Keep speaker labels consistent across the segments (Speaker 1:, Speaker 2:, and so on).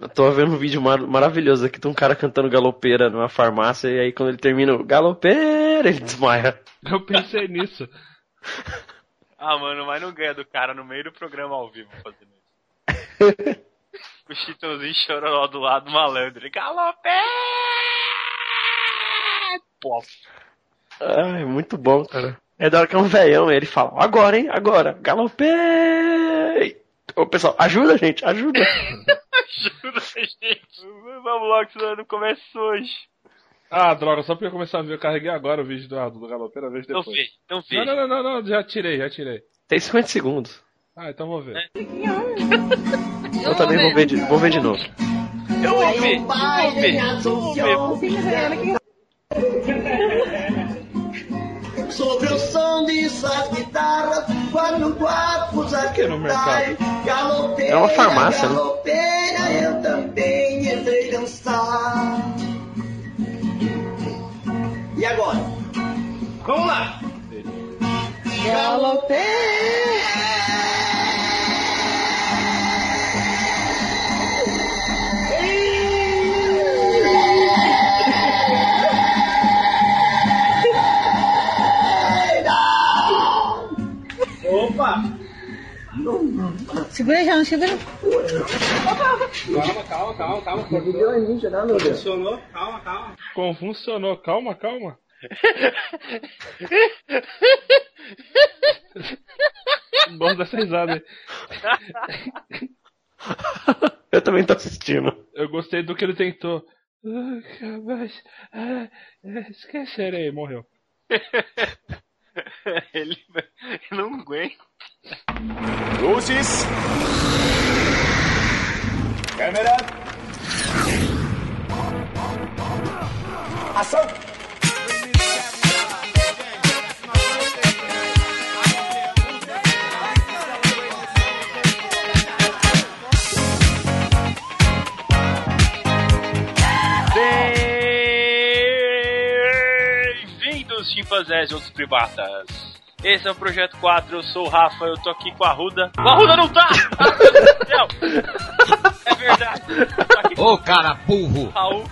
Speaker 1: Eu tô vendo um vídeo mar maravilhoso aqui de um cara cantando galopeira numa farmácia e aí quando ele termina o galopeira, ele desmaia.
Speaker 2: Eu pensei nisso.
Speaker 3: Ah, mano, mas não ganha do cara no meio do programa ao vivo fazendo isso. o Chitãozinho chorou do lado malandro. Ele, galopeira! Pô.
Speaker 1: Ai, muito bom, cara. É da hora que é um veião e ele fala, agora, hein, agora, galopei! Ô, pessoal, ajuda a gente, ajuda!
Speaker 3: Ajuda, gente. Vamos logo, senão não começa isso hoje.
Speaker 2: Ah, droga, só porque eu começar a ver, eu carreguei agora o vídeo do, do Galopeira, vejo
Speaker 3: Então
Speaker 2: depois.
Speaker 3: veja, então
Speaker 2: Não,
Speaker 3: veja.
Speaker 2: não, não, não, não, já tirei, já tirei.
Speaker 1: Tem 50 segundos.
Speaker 2: Ah, então vou ver.
Speaker 4: É.
Speaker 1: Eu, também vou ver, de, vou ver de novo.
Speaker 3: Eu vou ver, eu vou ver, eu vou ver. vou ver.
Speaker 5: Sobre o som de suas guitarras, quando guapos a
Speaker 2: que no mercado?
Speaker 5: galopeira,
Speaker 1: É uma farmácia, né?
Speaker 5: galopeira, eu também entrei dançar. E agora? Vamos lá! Galopeira! Opa!
Speaker 6: Segura já, não segura.
Speaker 4: Calma, calma, calma, calma.
Speaker 5: Deu a ninja, né, meu Deus?
Speaker 4: Funcionou? Calma, calma.
Speaker 2: Como funcionou? Calma, calma. Gosto dessa risada. hein?
Speaker 1: Eu também tô assistindo.
Speaker 2: Eu gostei do que ele tentou. Ah, Mas, ah, ah, esquecerei, morreu.
Speaker 3: Ele não aguenta.
Speaker 7: Luzes. Câmera. Ação.
Speaker 3: Bem-vindos, chimpanzés e outros primatas. Esse é o Projeto 4, eu sou o Rafa, eu tô aqui com a Ruda. O Arruda não tá! Ah, meu Deus do céu! É verdade. Tô aqui com
Speaker 8: Ô cara burro!
Speaker 3: o Raul.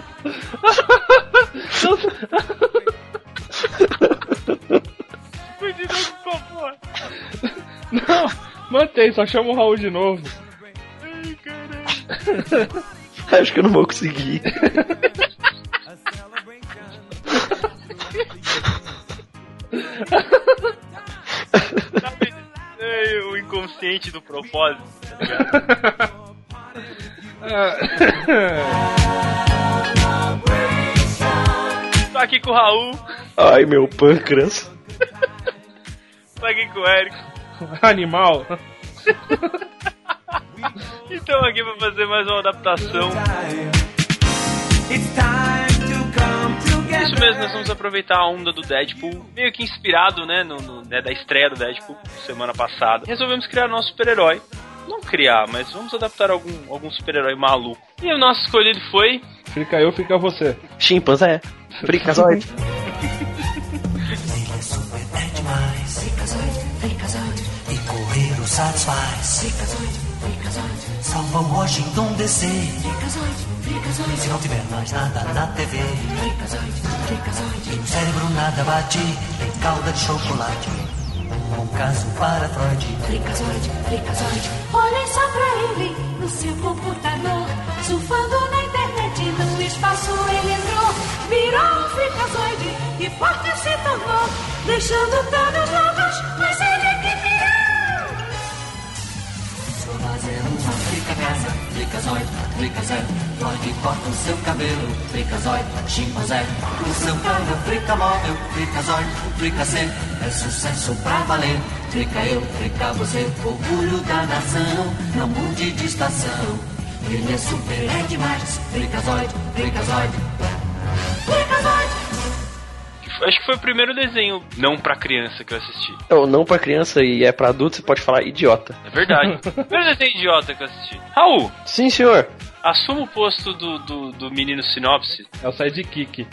Speaker 3: Fudido com a porra.
Speaker 2: Não, mantém, só chama o Raul de novo.
Speaker 3: Ai, caralho.
Speaker 1: Acho que eu não vou conseguir.
Speaker 3: Sabe, é, Tá o inconsciente do propósito.
Speaker 2: Ah,
Speaker 3: Tô Tá aqui com o Raul,
Speaker 1: Ai, meu pâncreas.
Speaker 3: tô tá aqui com o Eric.
Speaker 2: Animal.
Speaker 3: Então aqui pra fazer mais uma adaptação. Isso mesmo, nós vamos aproveitar a onda do Deadpool, meio que inspirado, né, no, no- né, da estreia do Deadpool semana passada. Resolvemos criar nosso super-herói. Não criar, mas vamos adaptar algum, algum super-herói maluco. E o nosso escolhido foi
Speaker 2: Fica eu, fica você.
Speaker 1: Chimpanzé. Fricazoide.
Speaker 5: E correr os satisfaz. Salva Washington DC. Se não tiver mais nada na TV. E no cérebro nada bate. Tem calda de chocolate. Um bom caso para Freud.
Speaker 9: Freakazoid, Freakazoid, olhem só pra ele no seu computador. Surfando na internet, no espaço ele entrou. Virou um Freakazoid e forte se tornou. Deixando todos loucos, mas ele que virou.
Speaker 5: Estou fazendo uma frica casa. Fricazoid, fricazoid. Freud corta o seu cabelo. Fricazoid, chimpanzé. O seu carro, frica móvel. Fricazoid, frica C. É sucesso pra valer. Frica eu, frica você. Orgulho da nação. Não mude de estação. Ele é super, é demais. Fricazoid, fricazoid.
Speaker 9: Freakazoid,
Speaker 3: Acho que foi o primeiro desenho não pra criança que eu assisti.
Speaker 1: Ou Então, não pra criança e é pra adulto, você pode falar idiota.
Speaker 3: É verdade. primeiro desenho idiota que eu assisti. Raul,
Speaker 1: Sim, senhor.
Speaker 3: assuma o posto do, do, do menino sinopse.
Speaker 2: É o sidekick.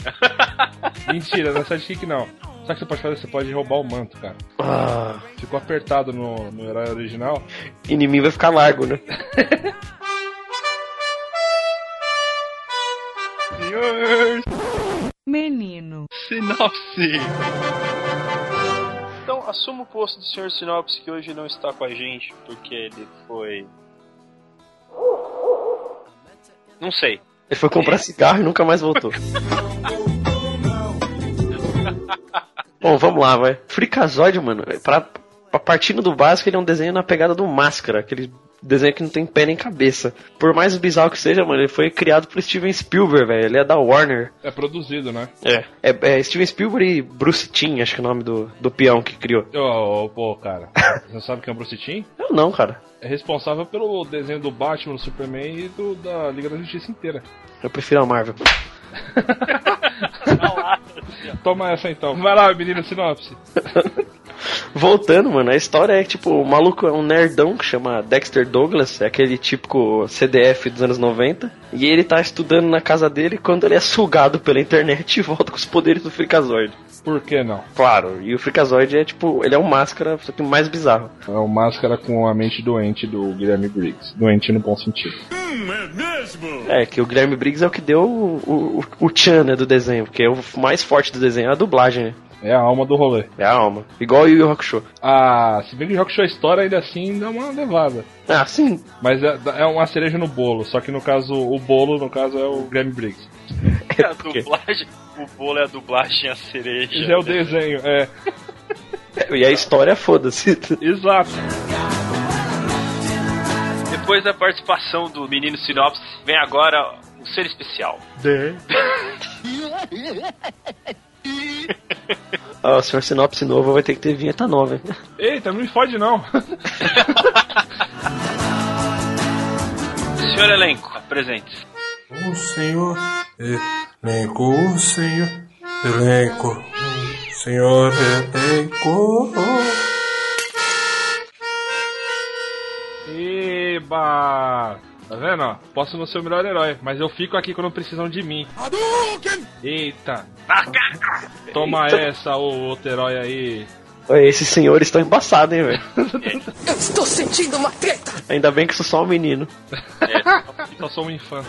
Speaker 2: Mentira, não é sidekick não. Sabe o que você pode fazer? Você pode roubar o manto, cara.
Speaker 1: Ah,
Speaker 2: Ficou apertado no, no herói original.
Speaker 1: inimigo vai ficar largo, né?
Speaker 3: senhor!
Speaker 6: Menino.
Speaker 3: Sinopse! Então, assuma o posto do senhor Sinopse que hoje não está com a gente, porque ele foi. Não sei.
Speaker 1: Ele foi comprar cigarro e nunca mais voltou. Bom, vamos lá, vai. Frikazoid, mano, é pra, pra partindo do básico, ele é um desenho na pegada do Máscara, aquele desenho que não tem pé nem cabeça. Por mais bizarro que seja, mano, ele foi criado por Steven Spielberg, velho. Ele é da Warner.
Speaker 2: É produzido, né?
Speaker 1: É. é, Steven Spielberg e Bruce Timm, acho que é o nome do, do peão que criou.
Speaker 2: Ô, ô, pô, cara. Você não sabe quem é o Bruce Timm?
Speaker 1: Eu não, cara.
Speaker 2: É responsável pelo desenho do Batman, do Superman e do, da Liga da Justiça inteira.
Speaker 1: Eu prefiro a Marvel.
Speaker 2: Toma essa então. Vai lá, menino sinopse.
Speaker 1: Voltando, mano, a história é que, tipo, o maluco é um nerdão que chama Dexter Douglas, é aquele típico CDF dos anos 90, e ele tá estudando na casa dele quando ele é sugado pela internet e volta com os poderes do Frikazoid.
Speaker 2: Por que não?
Speaker 1: Claro, e o Frikazoid é, tipo, ele é um máscara, só que mais bizarro.
Speaker 2: É o máscara com a mente doente do Guilherme Briggs. Doente no bom sentido.
Speaker 1: É, que o Guilherme Briggs é o que deu o, o, o tchan, né, do desenho, porque é o mais forte do desenho é a dublagem, né?
Speaker 2: É a alma do rolê.
Speaker 1: É a alma. Igual o Yu Yu Hakusho.
Speaker 2: Ah, se bem que o Rock Show História ainda assim dá uma levada.
Speaker 1: Ah, sim.
Speaker 2: Mas é, é uma cereja no bolo, só que no caso, o bolo, no caso, é o Guilherme Briggs.
Speaker 3: É a dublagem. O bolo é a dublagem, a cereja.
Speaker 2: Isso é o desenho, é.
Speaker 1: E a história, foda-se.
Speaker 2: Exato.
Speaker 3: Depois da participação do menino Sinopse, vem agora o ser especial.
Speaker 1: Ah, o senhor Sinopse novo vai ter que ter vinheta nova, hein?
Speaker 2: Eita, não me fode não.
Speaker 3: Senhor elenco, presente.
Speaker 8: O senhor elenco, o senhor elenco, o senhor elenco.
Speaker 2: Eba! Tá vendo? ó? Posso não ser o melhor herói, mas eu fico aqui quando precisam de mim. Eita! Toma essa, ô outro herói aí.
Speaker 1: Olha, esses senhores estão embaçados, hein, velho?
Speaker 10: Eu estou sentindo uma treta!
Speaker 1: Ainda bem que sou só um menino.
Speaker 2: Eu sou um infante.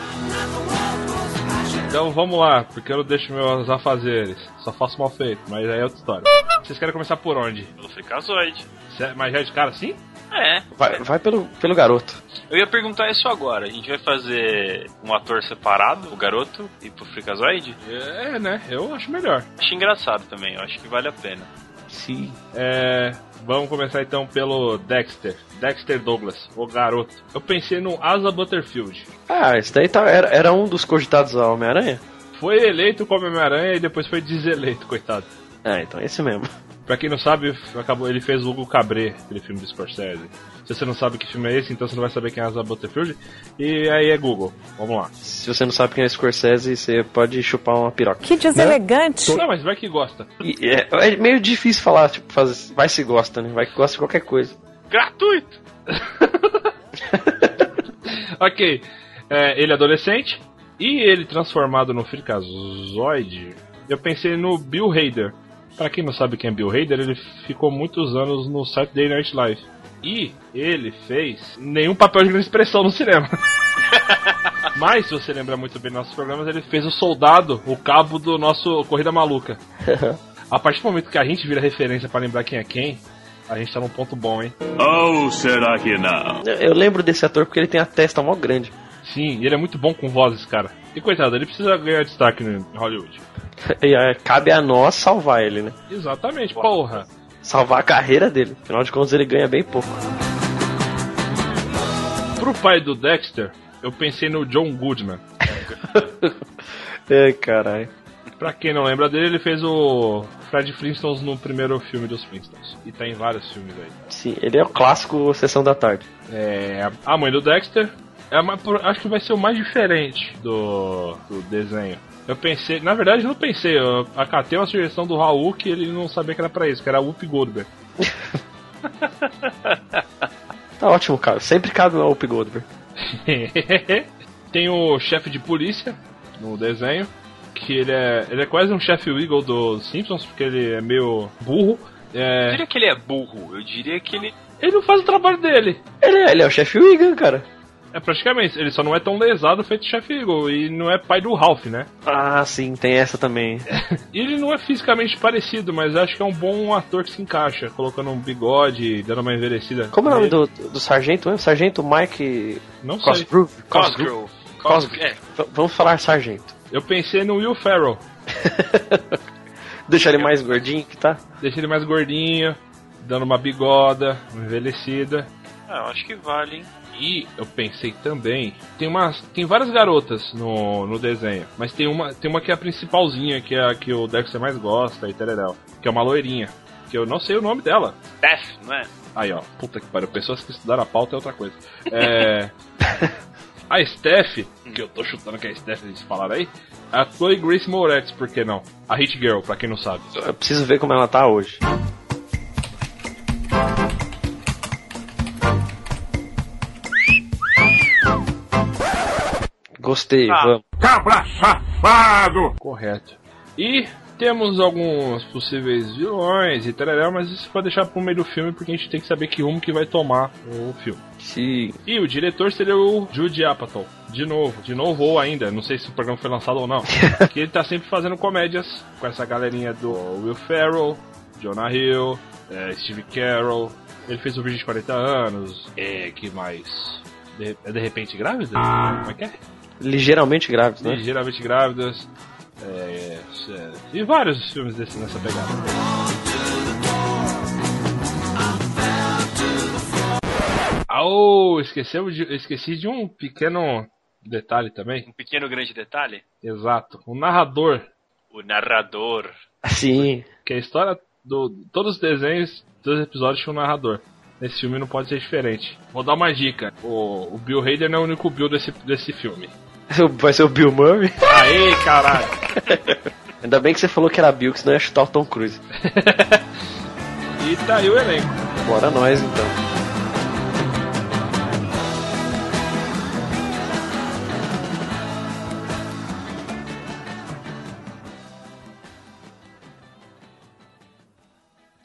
Speaker 2: Então vamos lá, porque eu não deixo meus afazeres. Só faço mal feito, mas aí é outra história. Vocês querem começar por onde?
Speaker 3: Pelo Fricazoide.
Speaker 2: Cé- Mas já de cara sim?
Speaker 3: É.
Speaker 1: Vai, vai pelo, pelo garoto.
Speaker 3: Eu ia perguntar isso agora. A gente vai fazer um ator separado, o garoto, e pro Freakazoid?
Speaker 2: É, né? Eu acho melhor.
Speaker 3: Acho engraçado também, eu acho que vale a pena.
Speaker 1: Sim.
Speaker 2: É. Vamos começar então pelo Dexter. Dexter Douglas, o garoto. Eu pensei no Asa Butterfield.
Speaker 1: Ah, esse daí tá, era, era um dos cogitados ao Homem-Aranha?
Speaker 2: Foi eleito como Homem-Aranha e depois foi deseleito, coitado.
Speaker 1: Ah, então é esse mesmo.
Speaker 2: Pra quem não sabe, acabou, ele fez o Hugo Cabré, aquele filme do Scorsese. Se você não sabe que filme é esse, então você não vai saber quem é Asa Butterfield. E aí é Google. Vamos lá.
Speaker 1: Se você não sabe quem é Scorsese, você pode chupar uma piroca. Né?
Speaker 6: Que
Speaker 9: Né?
Speaker 6: deselegante.
Speaker 2: Não, mas vai que gosta.
Speaker 1: E É, é meio difícil falar, tipo, fazer, vai se gosta, né? Vai que gosta de qualquer coisa.
Speaker 3: Gratuito!
Speaker 2: Ok. É, ele é adolescente. E ele transformado no Fricazoide. Eu pensei no Bill Hader. Pra quem não sabe quem é Bill Hader, ele ficou muitos anos no Saturday Night Live. E ele fez nenhum papel de grande expressão no cinema. Mas, se você lembra muito bem dos nossos programas, ele fez o soldado, o cabo do nosso Corrida Maluca. A partir do momento que a gente vira referência pra lembrar quem é quem, a gente tá num ponto bom, hein?
Speaker 7: Ou será que não?
Speaker 1: Eu- Eu lembro desse ator porque ele tem a testa mó grande.
Speaker 2: Sim, e ele é muito bom com vozes, cara. E coitado, ele precisa ganhar destaque em Hollywood.
Speaker 1: E é, cabe a nós salvar ele, né?
Speaker 2: Exatamente, porra.
Speaker 1: Salvar a carreira dele. Afinal de contas, ele ganha bem pouco.
Speaker 2: Pro pai do Dexter, eu pensei no John Goodman.
Speaker 1: Ai, caralho.
Speaker 2: Pra quem não lembra dele, ele fez o Fred Flintstones no primeiro filme dos Flintstones. E tá em vários filmes aí.
Speaker 1: Sim, ele é o clássico Sessão da Tarde.
Speaker 2: É, a mãe do Dexter. É a ma- por- acho que vai ser o mais diferente do, do desenho. Eu pensei, na verdade eu não pensei, eu acatei uma sugestão do Raul que ele não sabia que era pra isso, que era Whoop Goldberg.
Speaker 1: Tá ótimo, cara. Sempre cabe o Up Goldberg.
Speaker 2: Tem o chefe de polícia no desenho, que ele é, ele é quase um chefe Wiggle dos Simpsons, porque ele é meio burro.
Speaker 3: Eu
Speaker 2: É,
Speaker 3: diria que ele é burro, eu diria que ele.
Speaker 2: ele não faz o trabalho dele.
Speaker 1: Ele é, ele é o chefe Wigan, cara.
Speaker 2: É, praticamente, ele só não é tão lesado feito o chefe Eagle, e não é pai do Ralph, né?
Speaker 1: Ah, sim, tem essa também.
Speaker 2: E ele não é fisicamente parecido, mas acho que é um bom ator que se encaixa, colocando um bigode, dando uma envelhecida.
Speaker 1: Como é o
Speaker 2: nele.
Speaker 1: nome do, do sargento mesmo? Sargento Mike
Speaker 2: Não sei.
Speaker 1: Cosgrove?
Speaker 3: Cosgrove.
Speaker 1: Cosgrove.
Speaker 3: É.
Speaker 1: V- Vamos falar sargento.
Speaker 2: Eu pensei no Will Ferrell.
Speaker 1: Deixa ele mais gordinho que tá.
Speaker 2: Deixa ele mais gordinho, dando uma bigoda, uma envelhecida.
Speaker 3: Ah, eu acho que vale, hein?
Speaker 2: E eu pensei também, tem umas, tem várias garotas no, no desenho, mas tem uma, tem uma que é a principalzinha, que é a que o Dexter mais gosta e tal, que é uma loirinha, que eu não sei o nome dela.
Speaker 3: Death, não é?
Speaker 2: Aí, ó, puta que pariu, pessoas que estudaram a pauta é outra coisa. É. A Steph, que eu tô chutando que é a Steph, eles falaram aí, a Chloe Grace Moretz, por que não? A Hit Girl, pra quem não sabe.
Speaker 1: Eu preciso ver como ela tá hoje. Gostei,
Speaker 3: Ah.
Speaker 1: vamos.
Speaker 7: Cabra safado!
Speaker 2: Correto. E temos alguns possíveis vilões e tal, mas isso pode deixar pro meio do filme, porque a gente tem que saber que rumo que vai tomar o filme.
Speaker 1: Sim.
Speaker 2: E o diretor seria o Jude Apatow. De novo, de novo ou ainda, não sei se o programa foi lançado ou não. que ele tá sempre fazendo comédias com essa galerinha do Will Ferrell, Jonah Hill, eh, Steve Carell. Ele fez o Virgem de 40 anos. É, que mais? De, é de repente grávida? Como é que é?
Speaker 1: Ligeiramente grávidos, né?
Speaker 2: Ligeiramente grávidas. É, é, e vários filmes desse, nessa pegada. Ah, oh, esquecemos de, esqueci de um pequeno detalhe também.
Speaker 3: Um pequeno grande detalhe.
Speaker 2: Exato. O narrador,
Speaker 3: O narrador.
Speaker 1: Sim.
Speaker 2: que é a história do todos os desenhos, todos os episódios tinha um narrador. Esse filme não pode ser diferente. Vou dar uma dica. O, o Bill Hader não é o único Bill desse, desse filme.
Speaker 1: Vai ser o Bill Murray?
Speaker 2: Aê, caralho!
Speaker 1: Ainda bem que você falou que era Bill, que senão eu ia chutar o Tom Cruise.
Speaker 2: E tá aí o elenco.
Speaker 1: Bora nós então.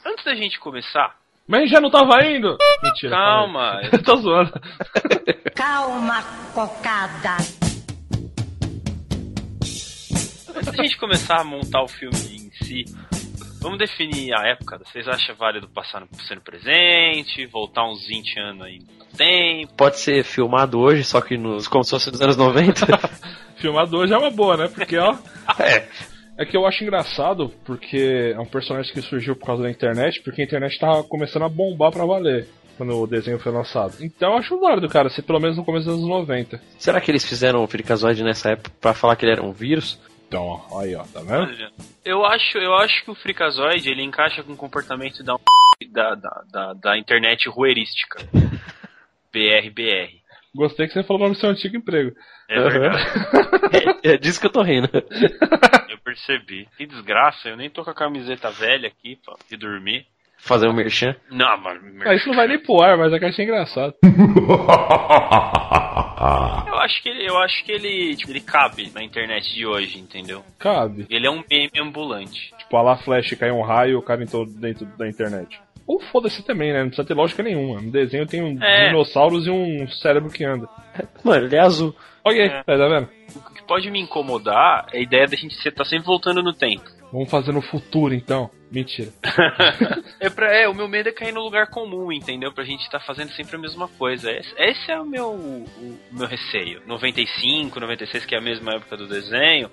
Speaker 3: Antes da gente começar,
Speaker 2: Mas já não tava indo! Mentira.
Speaker 3: Calma.
Speaker 2: falei. Tô zoando.
Speaker 9: Calma, cocada.
Speaker 3: antes da gente começar a montar o filme em si, vamos definir a época. Vocês acham válido passar no sendo presente, voltar uns 20 anos aí no tempo?
Speaker 1: Pode ser filmado hoje, só que nos, como se fosse dos anos 90?
Speaker 2: Filmador já é uma boa, né? Porque, ó.
Speaker 1: É.
Speaker 2: É que eu acho engraçado, porque é um personagem que surgiu por causa da internet, porque a internet tava começando a bombar pra valer quando o desenho foi lançado. Então eu acho válido, cara, ser pelo menos no começo dos anos 90.
Speaker 1: Será que eles fizeram o Fricazoide nessa época pra falar que ele era um vírus?
Speaker 2: Então, ó, aí, ó, tá vendo?
Speaker 3: Olha, eu acho, eu acho que o Frikazoid ele encaixa com o comportamento da da, da, da, da internet ruerística. BRBR.
Speaker 2: Gostei que você falou o nome do seu um antigo emprego.
Speaker 3: É verdade,
Speaker 1: É, é disso que eu tô rindo.
Speaker 3: eu percebi. Que desgraça, eu nem tô com a camiseta velha aqui pra ir dormir.
Speaker 1: Fazer um merchan.
Speaker 3: Não, mas.
Speaker 2: Ah, isso não vai nem pro ar, mas é que eu achei engraçado.
Speaker 3: Eu acho que ele, eu acho que ele, tipo, ele cabe na internet de hoje, entendeu?
Speaker 2: Cabe.
Speaker 3: Ele é um meme ambulante.
Speaker 2: Tipo, a lá flash cai um raio, cabe em todo dentro da internet. Ou foda-se também, né? Não precisa ter lógica nenhuma. No desenho tem um
Speaker 3: É.
Speaker 2: dinossauros e um cérebro que anda.
Speaker 1: Mano, ele é azul.
Speaker 2: Ok,
Speaker 3: É.
Speaker 2: aí, tá vendo?
Speaker 3: O que pode me incomodar é a ideia da gente estar tá sempre voltando no tempo.
Speaker 2: Vamos fazer no futuro então. Mentira.
Speaker 3: É, pra, é, o meu medo é cair no lugar comum, entendeu? Pra gente estar fazendo sempre a mesma coisa. Esse, esse é o meu, o, o meu receio. 95, 96, que é a mesma época do desenho,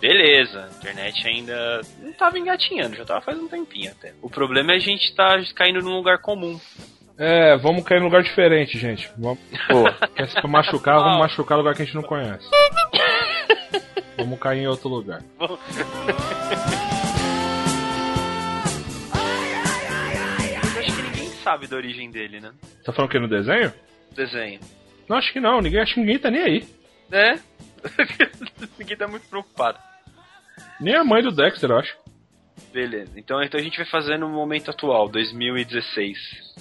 Speaker 3: beleza. A internet ainda não tava engatinhando, já tava faz um tempinho até. O problema é a gente estar caindo num lugar comum.
Speaker 2: É, vamos cair num lugar diferente, gente. Vamos...
Speaker 1: Boa.
Speaker 2: Quer se machucar,
Speaker 3: Ah.
Speaker 2: vamos machucar lugar que a gente não conhece. vamos cair em outro lugar.
Speaker 3: Mas acho que ninguém sabe da origem dele, né?
Speaker 2: Tá falando que no desenho?
Speaker 3: O desenho.
Speaker 2: Não, acho que não. Ninguém, acho que ninguém tá nem aí.
Speaker 3: Né? ninguém tá muito preocupado.
Speaker 2: Nem a mãe do Dexter, eu acho.
Speaker 3: Beleza, então, então a gente vai fazer no momento atual, 2016.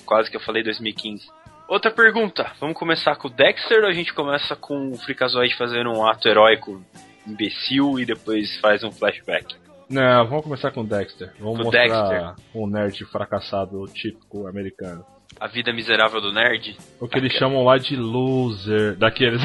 Speaker 3: Quase que eu falei 2015. Outra pergunta, vamos começar com o Dexter ou a gente começa com o Frikazoid fazendo um ato heróico imbecil e depois faz um flashback?
Speaker 2: Não, vamos começar com o Dexter. Vamos
Speaker 3: Com o
Speaker 2: mostrar um nerd fracassado típico americano.
Speaker 3: A Vida Miserável do Nerd.
Speaker 2: O que eles chamam lá de loser. Daqueles.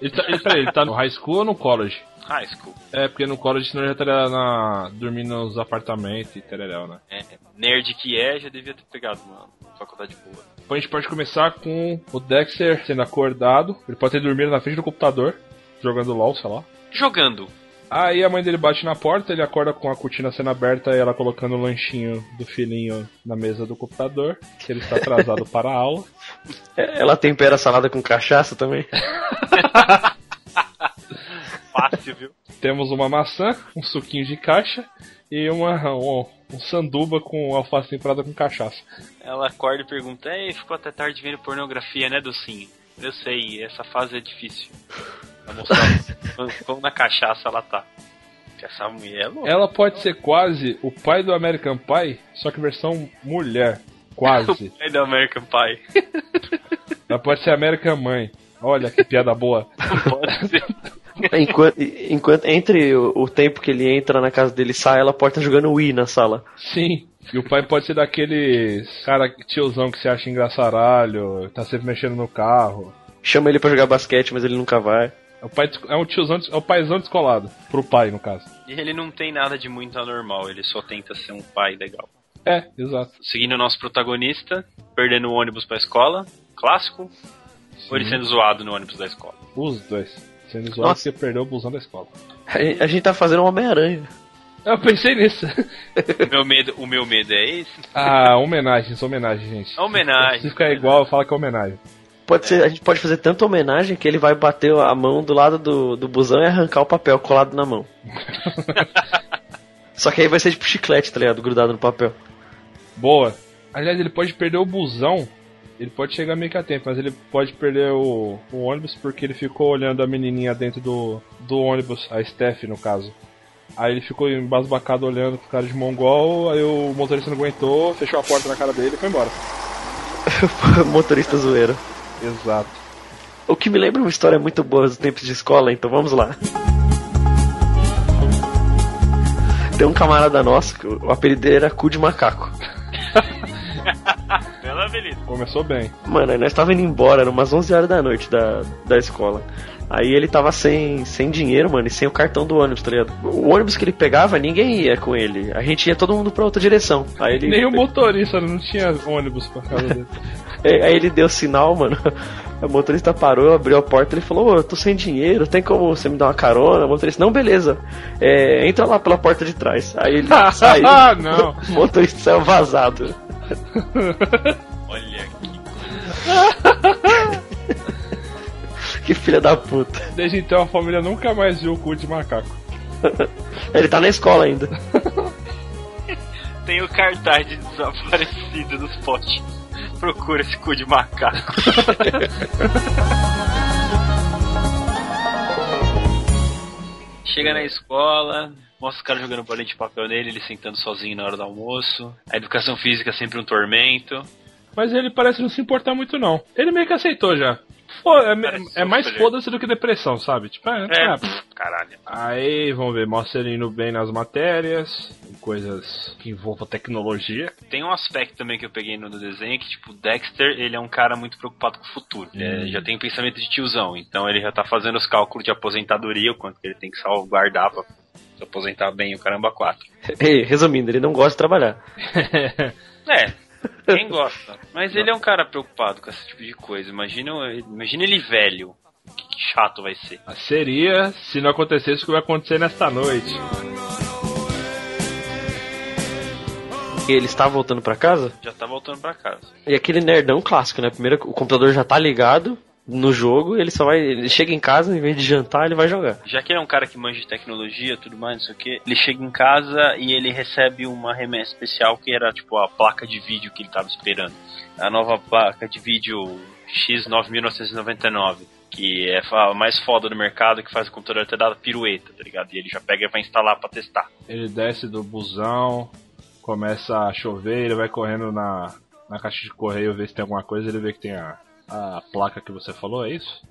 Speaker 2: ele, tá, ele, peraí, ele tá no high school ou no college?
Speaker 3: High school.
Speaker 2: É, porque no college senão ele já estaria na, dormindo nos apartamentos e tereréu, né?
Speaker 3: É, nerd que é, já devia ter pegado uma faculdade boa.
Speaker 2: Então a gente pode começar com o Dexter sendo acordado. Ele pode ter dormido na frente do computador, jogando LOL, sei lá.
Speaker 3: Jogando.
Speaker 2: Aí a mãe dele bate na porta, ele acorda com a cortina sendo aberta e ela colocando o lanchinho do filhinho na mesa do computador, que ele está atrasado para a aula.
Speaker 1: É, Ela tempera a salada com cachaça também?
Speaker 3: Fácil, viu?
Speaker 2: Temos uma maçã, um suquinho de caixa e uma, um, um sanduba com alface temperada com cachaça.
Speaker 3: Ela acorda e pergunta: Ei, ficou até tarde vendo pornografia, né, Docinho? Eu sei, essa fase é difícil. Pra mostrar como na cachaça ela tá. Porque Essa mulher é louca.
Speaker 2: Ela pode ser quase o pai do American Pie, só que versão mulher. Quase.
Speaker 3: É da American Pie.
Speaker 2: Ela pode ser a American Mãe. Olha que piada boa.
Speaker 3: Pode ser.
Speaker 1: Enquanto, enquanto- entre o, o tempo que ele entra na casa dele e sai, ela porta jogando Wii na sala.
Speaker 2: Sim. E o pai pode ser daqueles cara tiozão que se acha engraçaralho, tá sempre mexendo no carro.
Speaker 1: Chama ele pra jogar basquete, mas ele nunca vai.
Speaker 2: É o pai des- é um tiozão, des- é o paizão descolado. Pro pai, no caso.
Speaker 3: E ele não tem nada de muito anormal, ele só tenta ser um pai legal.
Speaker 2: É, exato.
Speaker 3: Seguindo o nosso protagonista, perdendo o ônibus pra escola, clássico, ou ele sendo zoado no ônibus da escola.
Speaker 2: Os dois. Sendo zoado
Speaker 1: Nossa.
Speaker 2: você perdeu o busão da escola.
Speaker 1: A, gen- a gente tá fazendo um Homem-Aranha.
Speaker 2: Eu pensei nisso.
Speaker 3: O meu medo, o meu medo é esse?
Speaker 2: ah, homenagens, homenagem, gente.
Speaker 3: É homenagem.
Speaker 2: Se ficar igual, fala que é homenagem.
Speaker 1: Pode ser, a gente pode fazer tanta homenagem que ele vai bater a mão do lado do, do busão e arrancar o papel colado na mão. Só que aí vai ser tipo chiclete, tá ligado? Grudado no papel.
Speaker 2: Boa. Aliás, ele pode perder o busão. Ele pode chegar meio que a tempo, mas ele pode perder o, o ônibus porque ele ficou olhando a menininha dentro do, do ônibus, a Steph no caso. Aí ele ficou embasbacado olhando com cara de mongol, aí o motorista não aguentou, fechou a porta na cara dele e foi embora.
Speaker 1: Motorista zoeiro.
Speaker 2: Exato.
Speaker 1: O que me lembra uma história muito boa dos tempos de escola, então vamos lá. Tem um camarada nosso, que o apelido dele era cu de macaco.
Speaker 3: Bela beleza.
Speaker 2: Começou bem.
Speaker 1: Mano, aí nós tava indo embora, eram umas 11 horas da noite da, da escola. Aí ele tava sem, sem dinheiro, mano, e sem o cartão do ônibus, tá ligado? O ônibus que ele pegava, ninguém ia com ele. A gente ia todo mundo pra outra direção. Aí ele,
Speaker 2: Nem o motorista né? não tinha ônibus pra casa dele.
Speaker 1: É, Aí ele deu sinal, mano. O motorista parou, abriu a porta ele falou: Ô, eu tô sem dinheiro, tem como você me dar uma carona? O motorista, não, beleza. É, entra lá pela porta de trás. Aí ele saiu.
Speaker 2: Ah, não.
Speaker 1: O motorista saiu vazado.
Speaker 3: Olha aqui.
Speaker 1: Que filha da puta.
Speaker 2: Desde então a família nunca mais viu o cu de macaco.
Speaker 1: Ele tá na escola ainda.
Speaker 3: Tem o cartaz de desaparecido dos potes. Procura esse cu de macaco. Chega na escola, mostra os caras jogando bolinha de papel nele, ele sentando sozinho na hora do almoço. A educação física é sempre um tormento.
Speaker 2: Mas ele parece não se importar muito, não. Ele meio que aceitou já. Fo- é, me-
Speaker 3: Parece
Speaker 2: é mais
Speaker 3: sofrer.
Speaker 2: foda-se do que depressão, sabe? Tipo, é,
Speaker 3: É,
Speaker 2: tá.
Speaker 3: pff, caralho.
Speaker 2: Aí, vamos ver, mostra ele indo bem nas matérias, em coisas que envolvam tecnologia.
Speaker 3: Tem um aspecto também que eu peguei no desenho que, tipo, o Dexter, ele é um cara muito preocupado com o futuro. Ele é- já tem pensamento de tiozão, então ele já tá fazendo os cálculos de aposentadoria, o quanto que ele tem que salvaguardar pra se aposentar bem o caramba 4.
Speaker 1: Ei, resumindo, ele não gosta de trabalhar.
Speaker 3: É, quem gosta. Mas ele é um cara preocupado com esse tipo de coisa. Imagina, imagina ele velho. Que que chato vai ser.
Speaker 2: Seria se não acontecesse o que vai acontecer nesta noite.
Speaker 1: E ele está voltando pra casa?
Speaker 3: Já tá voltando pra casa.
Speaker 1: E aquele nerdão clássico, né? Primeiro, o computador já tá ligado no jogo, ele só vai. Ele chega em casa, em vez de jantar, ele vai jogar.
Speaker 3: Já que ele é um cara que manja de tecnologia tudo mais, não sei o que, ele chega em casa e ele recebe uma remessa especial que era tipo a placa de vídeo que ele tava esperando. A nova placa de vídeo X9999, que é a mais foda do mercado, que faz o computador até dar pirueta, tá ligado? E ele já pega e vai instalar pra testar.
Speaker 2: Ele desce do busão, começa a chover, ele vai correndo na, na caixa de correio ver se tem alguma coisa, ele vê que tem a, a placa que você falou, é isso?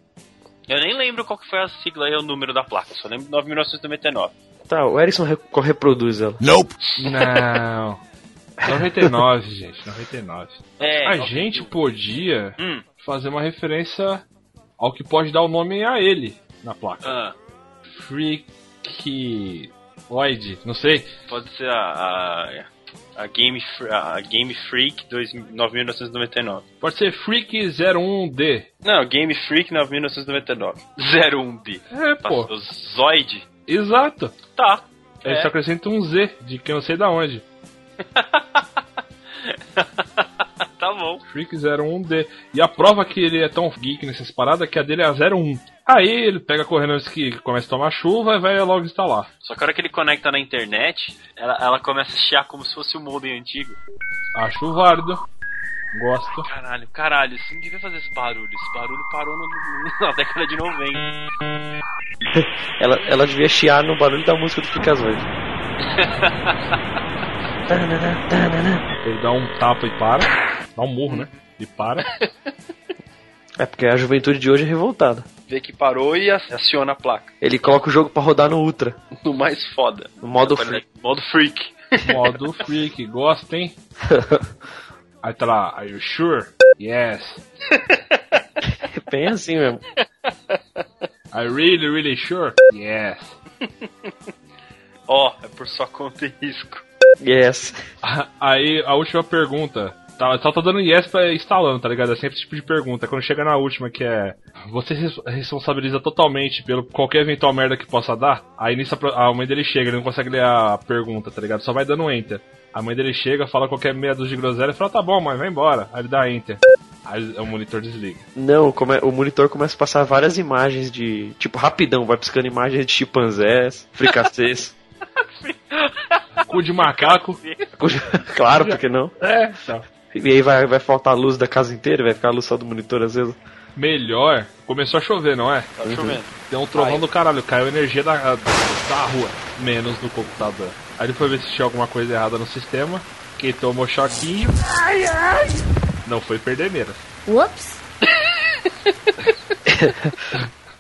Speaker 3: Eu nem lembro qual que foi a sigla e o número da placa, só lembro 9999.
Speaker 1: Tá, o Erickson re- reproduz ela.
Speaker 7: Nope.
Speaker 2: Não. 99, gente, 99.
Speaker 3: É,
Speaker 2: a
Speaker 3: 99.
Speaker 2: gente podia
Speaker 3: Hum.
Speaker 2: fazer uma referência ao que pode dar o nome a ele na placa.
Speaker 3: Ah,
Speaker 2: Freakoid, não sei.
Speaker 3: pode ser a. a... a Game, Fre- a Game Freak 2000 9999.
Speaker 2: Pode ser Freak 01D.
Speaker 3: Não, Game Freak 9999. 01B.
Speaker 2: É, pô.
Speaker 3: Passou Zoid?
Speaker 2: Exato.
Speaker 3: Tá.
Speaker 2: Aí
Speaker 3: É.
Speaker 2: só acrescenta um Z, de que eu não sei da onde.
Speaker 3: tá bom.
Speaker 2: Freak 01D. E a prova que ele é tão geek nessas paradas é que a dele é a 01. Aí ele pega correndo antes que começa a tomar chuva e vai logo instalar.
Speaker 3: Só que a hora que ele conecta na internet, ela, ela começa a chiar como se fosse o modem antigo.
Speaker 2: Acho válido. Gosto.
Speaker 3: Caralho, caralho, você não devia fazer esse barulho. Esse barulho parou no- no- na década de 90.
Speaker 1: Ela, ela devia chiar no barulho da música do Freakazoid.
Speaker 2: Ele dá um tapa e para. Dá um murro, né? E para.
Speaker 1: É porque a juventude de hoje é revoltada.
Speaker 3: Vê que parou e ac- aciona a placa.
Speaker 1: Ele coloca o jogo pra rodar no Ultra,
Speaker 3: No mais foda.
Speaker 1: no modo free.
Speaker 3: Parece- Modo freak.
Speaker 2: Modo freak. Gosta, hein? Aí tá lá. Are you sure? Yes.
Speaker 1: É bem assim mesmo.
Speaker 2: I really, really sure? Yes.
Speaker 3: Ó, é por sua conta e risco.
Speaker 1: Yes.
Speaker 2: Aí a última pergunta. Tá, só tá dando yes pra instalando, tá ligado? É sempre esse tipo de pergunta. Quando chega na última, que é. Você se res- responsabiliza totalmente pelo qualquer eventual merda que possa dar? Aí nisso a, pro- a mãe dele chega, ele não consegue ler a pergunta, tá ligado? Só vai dando enter. A mãe dele chega, fala qualquer meia dúzia de groselha e fala, tá bom, mãe, vai embora. Aí ele dá enter. Aí o monitor desliga.
Speaker 1: Não, come- o monitor começa a passar várias imagens de. Tipo, rapidão, vai piscando imagens de chimpanzés, fricacês.
Speaker 2: Cu de macaco.
Speaker 1: cujo- claro, por que não?
Speaker 2: É, tá.
Speaker 1: E aí vai, vai faltar a luz da casa inteira, vai ficar a luz só do monitor às vezes.
Speaker 2: Melhor. Começou a chover, não é?
Speaker 1: Uhum.
Speaker 3: Tá chovendo.
Speaker 2: Deu um trovão do caralho, caiu a energia da, da rua, menos do computador. Aí ele foi ver se tinha alguma coisa errada no sistema, que tomou choquinho. Não foi perdeneira.
Speaker 6: Ups.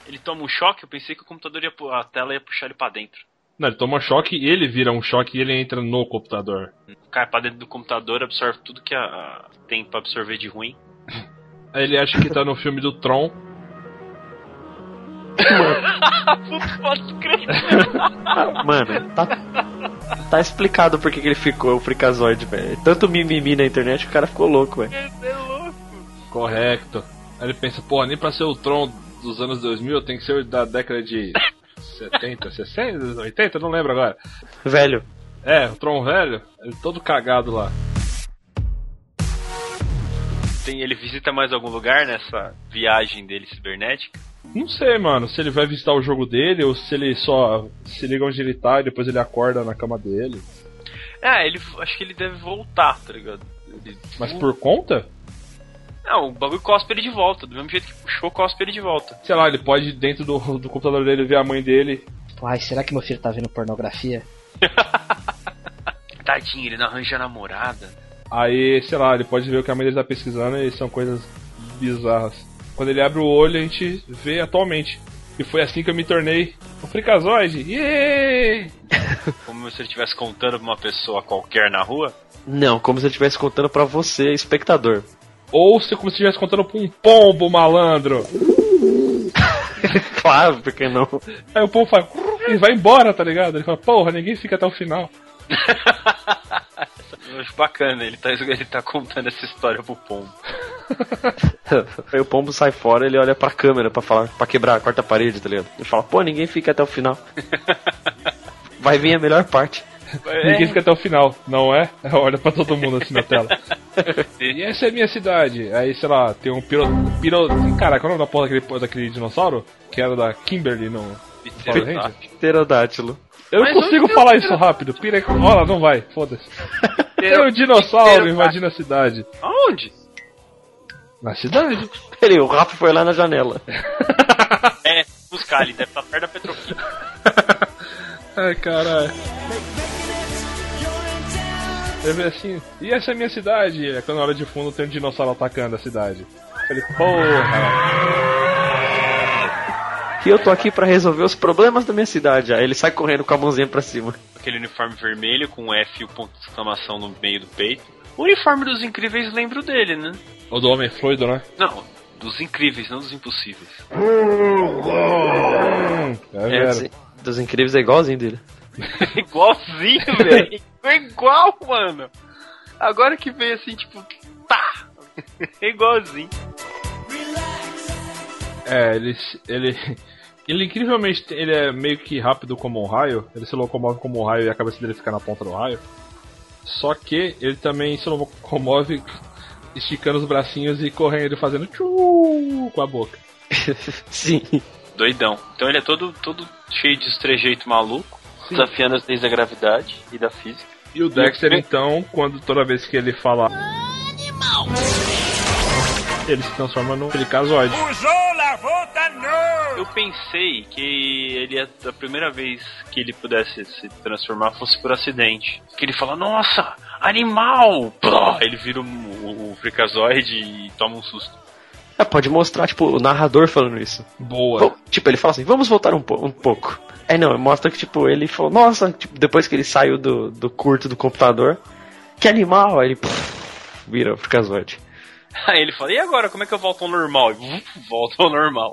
Speaker 3: Ele toma um choque, eu pensei que o computador ia. pu- A tela ia puxar ele pra dentro.
Speaker 2: Não, ele tomou choque e ele vira um choque e ele entra no computador.
Speaker 3: Cai pra dentro do computador, absorve tudo que a, a- tem pra absorver de ruim.
Speaker 2: Aí ele acha que tá no filme do Tron.
Speaker 3: Pode crer.
Speaker 1: Ah, mano, tá. Tá explicado por que que ele ficou o fricazoide, velho. Tanto mimimi na internet que o cara ficou louco, velho.
Speaker 2: Correto. Aí ele pensa, pô, nem pra ser o Tron dos anos 2000 tem que ser o da década de 70, 60, 80, não lembro agora.
Speaker 1: Velho,
Speaker 2: É, o Tron velho, ele todo cagado lá.
Speaker 3: Tem, ele visita mais algum lugar nessa viagem dele cibernética?
Speaker 2: Não sei, mano, se ele vai visitar o jogo dele ou se ele só se liga onde ele tá e depois ele acorda na cama dele.
Speaker 3: É, ele acho que ele deve voltar, tá ligado? Ele-
Speaker 2: Mas por conta?
Speaker 3: Não, o bagulho cospe ele de volta. Do mesmo jeito que puxou, cospe ele de volta.
Speaker 2: Sei lá, ele pode ir dentro do, do computador dele ver a mãe dele.
Speaker 11: Ai, será que meu filho tá vendo pornografia?
Speaker 3: Tadinho, ele não arranja namorada.
Speaker 2: Aí, sei lá, ele pode ver o que a mãe dele tá pesquisando e são coisas bizarras. Quando ele abre o olho, a gente vê atualmente. E foi assim que eu me tornei um fricazoide. Yay!
Speaker 3: Como se ele estivesse contando pra uma pessoa qualquer na rua.
Speaker 1: não, como se eu estivesse contando pra você, espectador.
Speaker 2: Ou se como se estivesse contando pra um pombo malandro.
Speaker 1: Claro, por que não?
Speaker 2: Aí o pombo faz. E vai embora, tá ligado? Ele fala, porra, ninguém fica até o final.
Speaker 3: Eu acho bacana, ele tá, ele tá contando essa história pro pombo.
Speaker 1: Aí o pombo sai fora, ele olha pra câmera pra falar, pra quebrar a quarta parede, tá ligado? Ele fala, pô, ninguém fica até o final. Vai vir a melhor parte.
Speaker 2: Ninguém fica até o final, não é? Olha pra todo mundo assim na tela. e essa é a minha cidade. Aí, sei lá, tem um piro. piro caraca, qual é o nome da porra daquele, daquele dinossauro? Que era da Kimberly no
Speaker 3: É,
Speaker 2: no Power Rangers?
Speaker 1: Pterodátilo.
Speaker 2: Eu não um
Speaker 3: Mas
Speaker 2: consigo
Speaker 3: onde
Speaker 2: falar isso rápido. Pire... Olha, não vai, foda-se. Tem um dinossauro
Speaker 3: Pterodáctilo.
Speaker 2: invadindo a cidade.
Speaker 3: Aonde?
Speaker 2: Na cidade?
Speaker 1: Peraí, o Rafa foi lá na janela.
Speaker 3: É, buscar, ele deve estar perto da Petroquímica.
Speaker 2: Ai, caralho. Eu vi assim, e essa é a minha cidade? É quando na hora de fundo tem um dinossauro atacando a cidade. Eu Falei, porra.
Speaker 1: Que eu tô aqui pra resolver os problemas da minha cidade. Aí ele sai correndo com a mãozinha pra cima.
Speaker 3: aquele uniforme vermelho com o F e o ponto de exclamação no meio do peito. O uniforme dos incríveis lembro dele, né?
Speaker 2: O do Homem Fluido, né?
Speaker 3: Não, dos incríveis, não dos impossíveis.
Speaker 2: Tá
Speaker 1: É, dos- dos incríveis é igualzinho dele.
Speaker 3: Igualzinho, velho. Foi igual, mano. Agora que veio assim, tipo, tá. Igualzinho.
Speaker 2: É, ele. se- ele... Ele incrivelmente tem- ele é meio que rápido como um raio, ele se locomove como um raio e a cabeça dele fica na ponta do raio. Só que ele também se locomove esticando os bracinhos e correndo e fazendo tchu com a boca.
Speaker 1: Sim.
Speaker 3: Doidão. Então ele é todo, todo cheio de trejeito maluco, desafiando as leis da gravidade e da física.
Speaker 2: E o Dexter então, quando toda vez que ele fala ele se transforma num fricazoide.
Speaker 3: Usou lavota não! Eu pensei que ele ia, a primeira vez que ele pudesse se transformar fosse por acidente. Que ele fala, nossa, animal! Plá! Ele vira o um, um fricazoide e toma um susto.
Speaker 1: É, pode mostrar, tipo, o narrador falando isso.
Speaker 2: Boa.
Speaker 1: tipo, ele fala assim, vamos voltar um, po- um pouco. É, não, mostra que, tipo, ele falou, nossa, tipo, depois que ele saiu do, do curto do computador, que animal, aí ele pff, vira o fricazoide.
Speaker 3: Aí ele fala, e agora, como é que eu volto ao normal? E vuf, volta ao normal.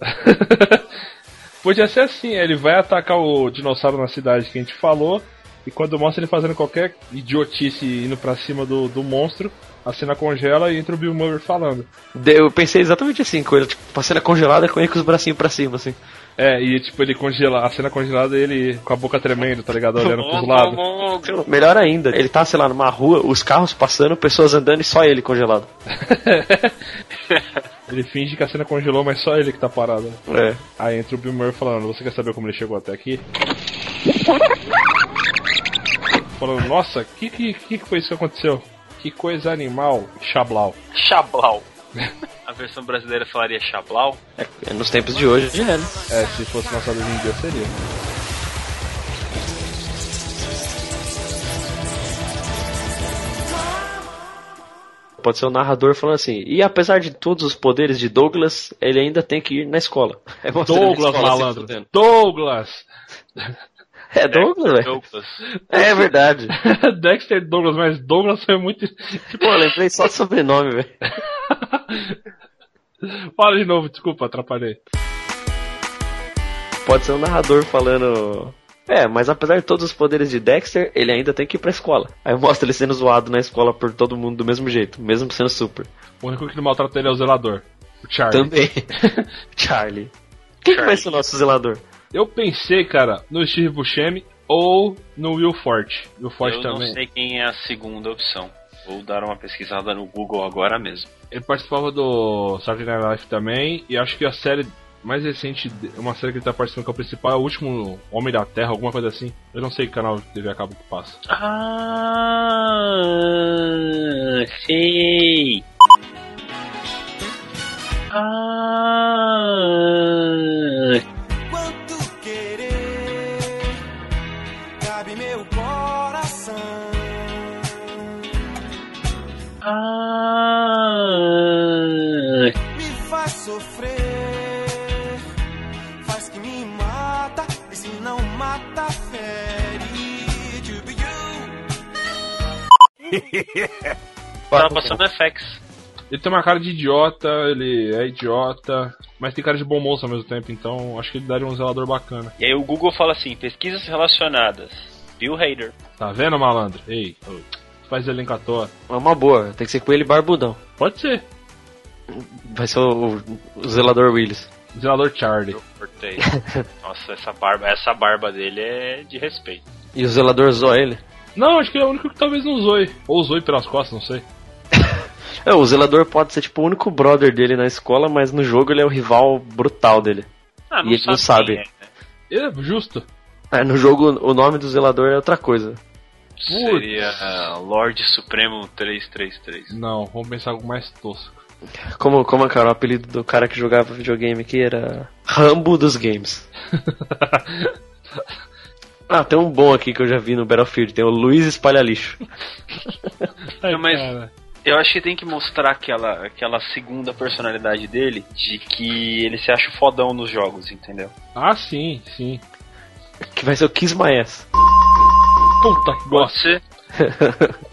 Speaker 2: Podia ser assim, ele vai atacar o dinossauro na cidade que a gente falou, e quando mostra ele fazendo qualquer idiotice indo pra cima do, do monstro, a cena congela e entra o Bill Murray falando.
Speaker 1: De- Eu pensei exatamente assim, com ele, tipo, com a cena congelada com ele com os bracinhos pra cima, assim.
Speaker 2: É, e tipo, ele congela, a cena congelada e ele com a boca tremendo, tá ligado? Olhando pros lados.
Speaker 1: Melhor ainda, ele tá, sei lá, numa rua, os carros passando, pessoas andando e só ele congelado.
Speaker 2: Ele finge que a cena congelou, mas só ele que tá parado.
Speaker 1: É.
Speaker 2: Aí entra o Bill Murray falando, você quer saber como ele chegou até aqui? Falando, nossa, que que, que que foi isso que aconteceu? Que coisa animal, Xablau.
Speaker 3: Chablau. A versão brasileira falaria Chablau?
Speaker 1: É, nos tempos de hoje, já é, né?
Speaker 2: É, se fosse lançado hoje em dia seria.
Speaker 1: Pode ser o narrador falando assim, e apesar de todos os poderes de Douglas, ele ainda tem que ir na escola. É mostrando a
Speaker 2: Douglas,
Speaker 1: escola se
Speaker 2: malandro.
Speaker 1: fudendo.
Speaker 2: Douglas!
Speaker 1: É Douglas, velho?
Speaker 3: Douglas.
Speaker 1: É verdade.
Speaker 2: Dexter Douglas, mas Douglas foi muito.
Speaker 1: Pô, eu lembrei só do sobrenome, velho.
Speaker 2: Fala de novo, desculpa, atrapalhei.
Speaker 1: Pode ser um narrador falando. É, mas apesar de todos os poderes de Dexter, ele ainda tem que ir pra escola. Aí mostra ele sendo zoado na escola por todo mundo do mesmo jeito, mesmo sendo super.
Speaker 2: O único que não maltrata ele é o zelador. O Charlie.
Speaker 1: Também. Charlie. Quem que vai ser o nosso zelador?
Speaker 2: Eu pensei, cara, no Steve Buscemi ou no Will Forte. Will Forte
Speaker 3: eu
Speaker 2: também.
Speaker 3: não sei quem é a segunda opção. Vou dar uma pesquisada no Google agora mesmo.
Speaker 2: Ele participava do Saturday Night Live também, e acho que a série mais recente, de- uma série que ele tá participando que é o principal, é o último Homem da Terra, alguma coisa assim. Eu não sei que canal de TV a cabo que passa.
Speaker 3: Ah, sei. Ah,
Speaker 5: Quanto querer cabe meu coração.
Speaker 3: ah.
Speaker 5: Me faz sofrer, faz que me mata. E se não mata, fere. Tchubiu.
Speaker 3: Tava passando FX.
Speaker 2: Ele tem uma cara de idiota, ele é idiota, mas tem cara de bom moço ao mesmo tempo, então acho que ele daria um zelador bacana.
Speaker 3: E aí o Google fala assim, pesquisas relacionadas. Bill Hader.
Speaker 2: Tá vendo, malandro? Ei, ô, faz elenco à toa.
Speaker 1: É uma boa, tem que ser com ele barbudão.
Speaker 2: Pode ser.
Speaker 1: Vai ser o, o- o zelador Willis.
Speaker 2: Zelador Charlie.
Speaker 3: Cortei. Nossa, essa barba, essa barba dele é de respeito.
Speaker 1: E o zelador zoa ele.
Speaker 2: Não, acho que ele é o único que talvez não zoe. Ou zoe pelas costas, não sei.
Speaker 1: É, o zelador pode ser tipo o único brother dele na escola, mas no jogo ele é o rival brutal dele.
Speaker 3: Ah,
Speaker 1: E ele não sabe.
Speaker 3: quem é, né?
Speaker 2: É, justo.
Speaker 1: É, no jogo o nome do zelador é outra coisa.
Speaker 3: Seria ah, Lorde Supremo 333.
Speaker 2: Não, vamos pensar algo mais tosco.
Speaker 1: Como, como é que era o apelido do cara que jogava videogame aqui? Era Rambo dos Games. ah, tem um bom aqui que eu já vi no Battlefield. Tem o Luiz Espalha Lixo.
Speaker 2: Ai,
Speaker 3: Não, mas-
Speaker 2: cara.
Speaker 3: Eu acho que tem que mostrar aquela, aquela segunda personalidade dele, de que ele se acha fodão nos jogos, entendeu?
Speaker 2: Ah, sim, sim.
Speaker 1: Que vai ser o Kiss My Ass.
Speaker 2: Puta que
Speaker 3: Pode ser.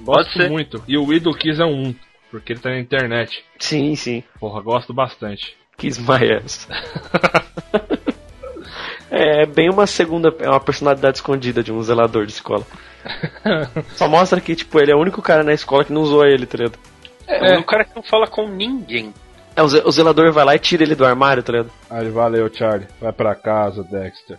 Speaker 2: Gosto
Speaker 3: ser.
Speaker 2: muito. E o Idol Kiss é um, porque ele tá na internet.
Speaker 1: Sim, sim.
Speaker 2: Porra, gosto bastante.
Speaker 1: Kiss My Ass. É bem uma segunda, é uma personalidade escondida de um zelador de escola. Só mostra que, tipo, ele é o único cara na escola que não usou ele, tá ligado?
Speaker 3: É, um cara que não fala com ninguém.
Speaker 1: É, o, ze- o zelador vai lá e tira ele do armário, tá ligado?
Speaker 2: Aí, valeu, Charlie. Vai pra casa, Dexter.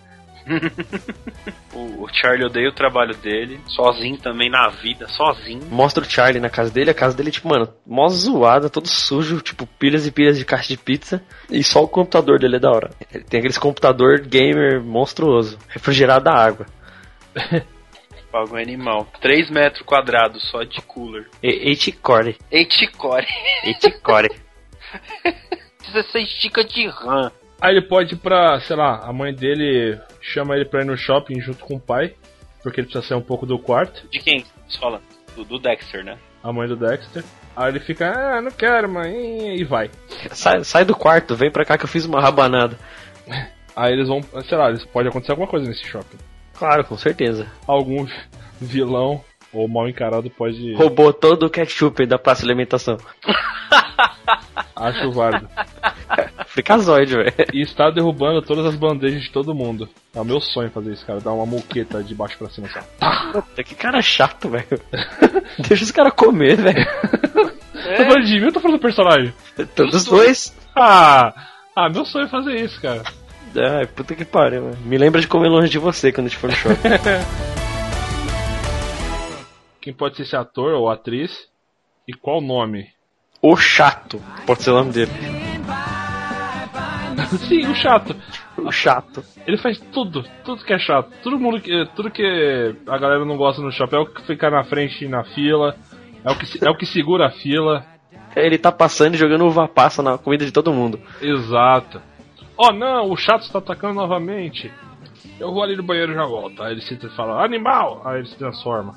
Speaker 3: O, o Charlie odeia o trabalho dele, sozinho também na vida, sozinho.
Speaker 1: Mostra o Charlie na casa dele, a casa dele, tipo, mano, mó zoada, todo sujo, tipo, pilhas e pilhas de caixa de pizza. E só o computador dele é da hora. Ele tem aqueles computador gamer monstruoso, refrigerado a água.
Speaker 3: Pago um animal. 3 metros quadrados só de cooler.
Speaker 1: E- Eight core,
Speaker 3: Eight core.
Speaker 1: eight core.
Speaker 3: 16 estica de RAM.
Speaker 2: Aí ele pode ir pra, sei lá, a mãe dele chama ele pra ir no shopping junto com o pai, porque ele precisa sair um pouco do quarto,
Speaker 3: De quem? Você fala? Do, do Dexter, né?
Speaker 2: a mãe do Dexter. Aí ele fica, ah, não quero, mãe, e vai.
Speaker 1: Sai, sai do quarto, vem pra cá que eu fiz uma rabanada.
Speaker 2: Aí eles vão, sei lá, eles- pode acontecer alguma coisa nesse shopping.
Speaker 1: Claro, com certeza.
Speaker 2: Algum vilão ou mal encarado pode.
Speaker 1: Roubou todo o ketchup da praça de alimentação.
Speaker 2: Acho válido.
Speaker 1: Fricazoide, velho.
Speaker 2: E está derrubando todas as bandejas de todo mundo. É o meu sonho fazer isso, cara. Dar uma moqueta de baixo pra cima. Sabe?
Speaker 1: Puta, que cara chato, velho. Deixa os caras comer, velho.
Speaker 2: Tô falando de mim ou tô falando do personagem?
Speaker 1: Todos os dois.
Speaker 2: Ah! Ah, meu sonho é fazer isso, cara.
Speaker 1: Ai, puta que pariu, velho. Me lembra de comer longe de você quando a gente for no shopping.
Speaker 2: Quem pode ser esse ator ou atriz? E qual nome?
Speaker 1: o chato. Pode ser o nome dele.
Speaker 2: Sim, o chato.
Speaker 1: O chato.
Speaker 2: Ele faz tudo, tudo que é chato. Todo mundo que, tudo que a galera não gosta no shopping é o que fica na frente na fila, é o que, se- é o que segura a fila.
Speaker 1: Ele tá passando e jogando uva passa na comida de todo mundo.
Speaker 2: Exato. Oh não, o chato está atacando novamente. Eu vou ali no banheiro e já volto. Aí ele se fala, animal! Aí ele se transforma.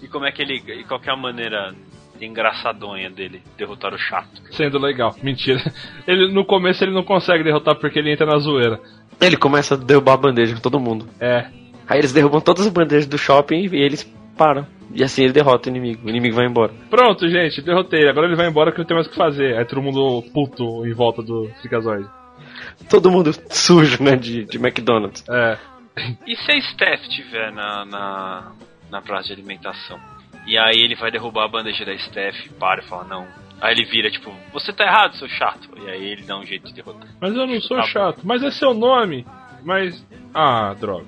Speaker 3: E como é que ele. E qual que é a maneira engraçadonha dele derrotar o chato?
Speaker 2: Sendo legal. Mentira. Ele no começo ele não consegue derrotar porque ele entra na zoeira.
Speaker 1: Ele começa a derrubar a bandeja com todo mundo.
Speaker 2: É.
Speaker 1: Aí eles derrubam todas as bandejas do shopping e eles param. E assim ele derrota o inimigo. O inimigo vai embora.
Speaker 2: Pronto, gente, derrotei. Agora ele vai embora que não tem mais o que fazer. Aí todo mundo puto em volta do Fricazoide.
Speaker 1: Todo mundo sujo, né? De, de McDonald's.
Speaker 2: É.
Speaker 3: E se a Steph tiver na, na, na praça de alimentação? E aí ele vai derrubar a bandeja da Steph, para e fala, não. Aí ele vira, tipo, você tá errado, seu chato. E aí ele dá um jeito de derrotar.
Speaker 2: Mas eu não sou
Speaker 3: Tá bom.
Speaker 2: chato. Mas é seu nome. Mas. Ah, droga.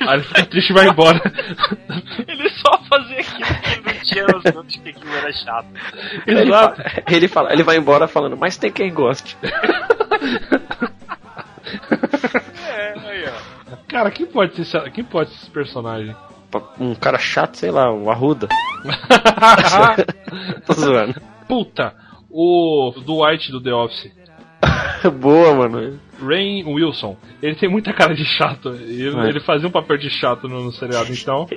Speaker 2: Aí ele fica triste e vai embora.
Speaker 3: Ele só fazia aquilo porque não tinha noção de que aquilo era chato.
Speaker 1: Ele,
Speaker 2: Exato.
Speaker 1: fa- ele, fala, ele vai embora falando, mas tem quem goste.
Speaker 3: É, aí ó.
Speaker 2: Cara, quem pode ser esse, quem pode ser esse personagem?
Speaker 1: Um cara chato, sei lá, o Arruda. Tô zoando.
Speaker 2: Puta! O Dwight do The Office.
Speaker 1: Boa, mano.
Speaker 2: Rain Wilson. Ele tem muita cara de chato. Ele,
Speaker 1: É.
Speaker 2: ele fazia um papel de chato no, no seriado, então.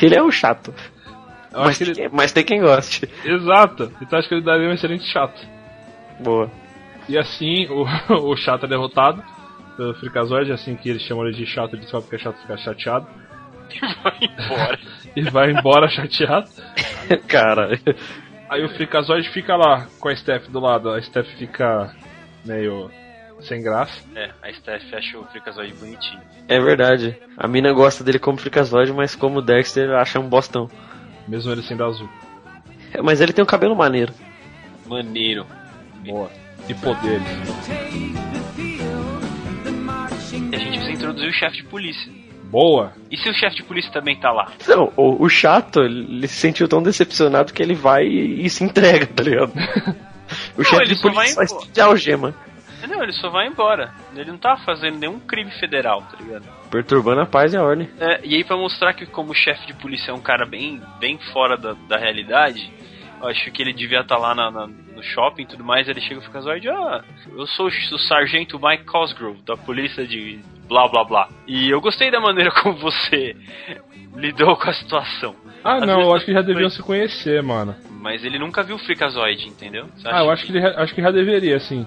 Speaker 1: Ele é o chato.
Speaker 2: Eu
Speaker 1: Mas,
Speaker 2: acho que ele.
Speaker 1: tem- mas tem quem goste.
Speaker 2: Exato. Então acho que ele daria um excelente chato.
Speaker 1: Boa.
Speaker 2: E assim o, o chato é derrotado pelo Fricazoide, assim que eles chamam ele de chato, ele descobre que é chato ficar chateado. E vai embora chateado.
Speaker 1: Cara,
Speaker 2: Aí o Fricazoide fica lá com a Steph do lado, a Steph fica meio sem graça.
Speaker 3: É, a Steph acha o Freakazoid bonitinho.
Speaker 1: é verdade. A mina gosta dele como fricazoide, mas como Dexter acha um bostão.
Speaker 2: Mesmo ele sendo azul.
Speaker 1: É, Mas ele tem um cabelo maneiro.
Speaker 3: Maneiro.
Speaker 2: Boa. E poderes.
Speaker 3: E a gente precisa introduzir o chefe de polícia.
Speaker 2: Boa.
Speaker 3: E se o chefe de polícia também tá lá?
Speaker 1: Não, o, o chato, ele se sentiu tão decepcionado que ele vai e, e se entrega, tá ligado? O chefe de
Speaker 3: ele só vai
Speaker 1: polícia
Speaker 3: embora.
Speaker 1: vai de algema.
Speaker 3: Não, ele só vai embora. Ele não tá fazendo nenhum crime federal, tá ligado?
Speaker 1: Perturbando a paz e a ordem.
Speaker 3: É, e aí pra mostrar que como o chefe de polícia é um cara bem, bem fora da, da realidade, eu acho que ele devia estar lá na- na- no shopping e tudo mais, ele chega e fica zoando, ah, eu sou o sargento Mike Cosgrove, da polícia de blá blá blá. E eu gostei da maneira como você lidou com a situação.
Speaker 2: Ah
Speaker 3: Às
Speaker 2: não,
Speaker 3: vezes
Speaker 2: eu acho que já
Speaker 3: também-
Speaker 2: deviam se conhecer, mano.
Speaker 3: Mas ele nunca viu o Freakazoid, entendeu? Você
Speaker 2: Ah, eu Ah, acho que, ele- acho que já deveria, sim.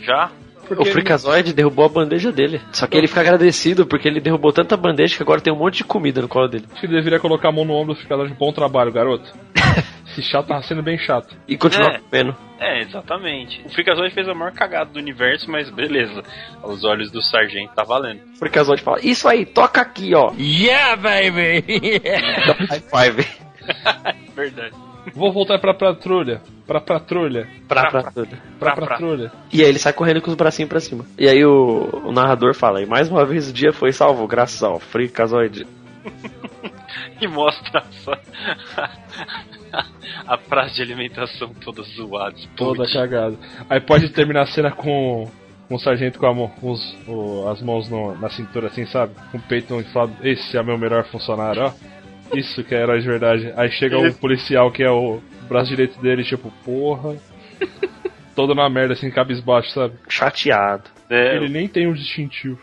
Speaker 3: Já?
Speaker 1: O Freakazoid derrubou a bandeja dele. Só que ele fica agradecido porque ele derrubou tanta bandeja que agora tem um monte de comida no colo dele.
Speaker 2: Acho que ele deveria colocar a mão no ombro do Freakazoid. Bom trabalho, garoto. Esse chato tá sendo bem chato.
Speaker 1: E continuar
Speaker 3: É.
Speaker 1: comendo.
Speaker 3: É, exatamente. O Freakazoid fez a maior cagada do universo, mas beleza. Aos olhos do sargento tá valendo.
Speaker 1: O Freakazoid fala: Isso aí, toca aqui, ó.
Speaker 3: Yeah, baby!
Speaker 1: Dá um high five.
Speaker 3: Verdade.
Speaker 2: Vou voltar pra patrulha. Pra patrulha.
Speaker 1: Pra, pra tudo.
Speaker 2: Pra patrulha.
Speaker 1: E aí ele sai correndo com os bracinhos pra cima. E aí o, o narrador fala: E mais uma vez o dia foi salvo, graças ao Freakazoid.
Speaker 3: E mostra só a praça de alimentação toda zoada,
Speaker 2: Toda
Speaker 3: explodida.
Speaker 2: cagada. Aí pode terminar a cena com com o sargento com, a mão, com os- o- as mãos no- na cintura, assim, sabe? Com o peito inflado. Esse é meu melhor funcionário, ó. Isso que era de verdade. Aí chega um policial que é o braço direito dele, tipo, porra. Todo na merda, assim, cabisbaixo, sabe?
Speaker 1: Chateado.
Speaker 3: É,
Speaker 2: Ele nem tem um distintivo.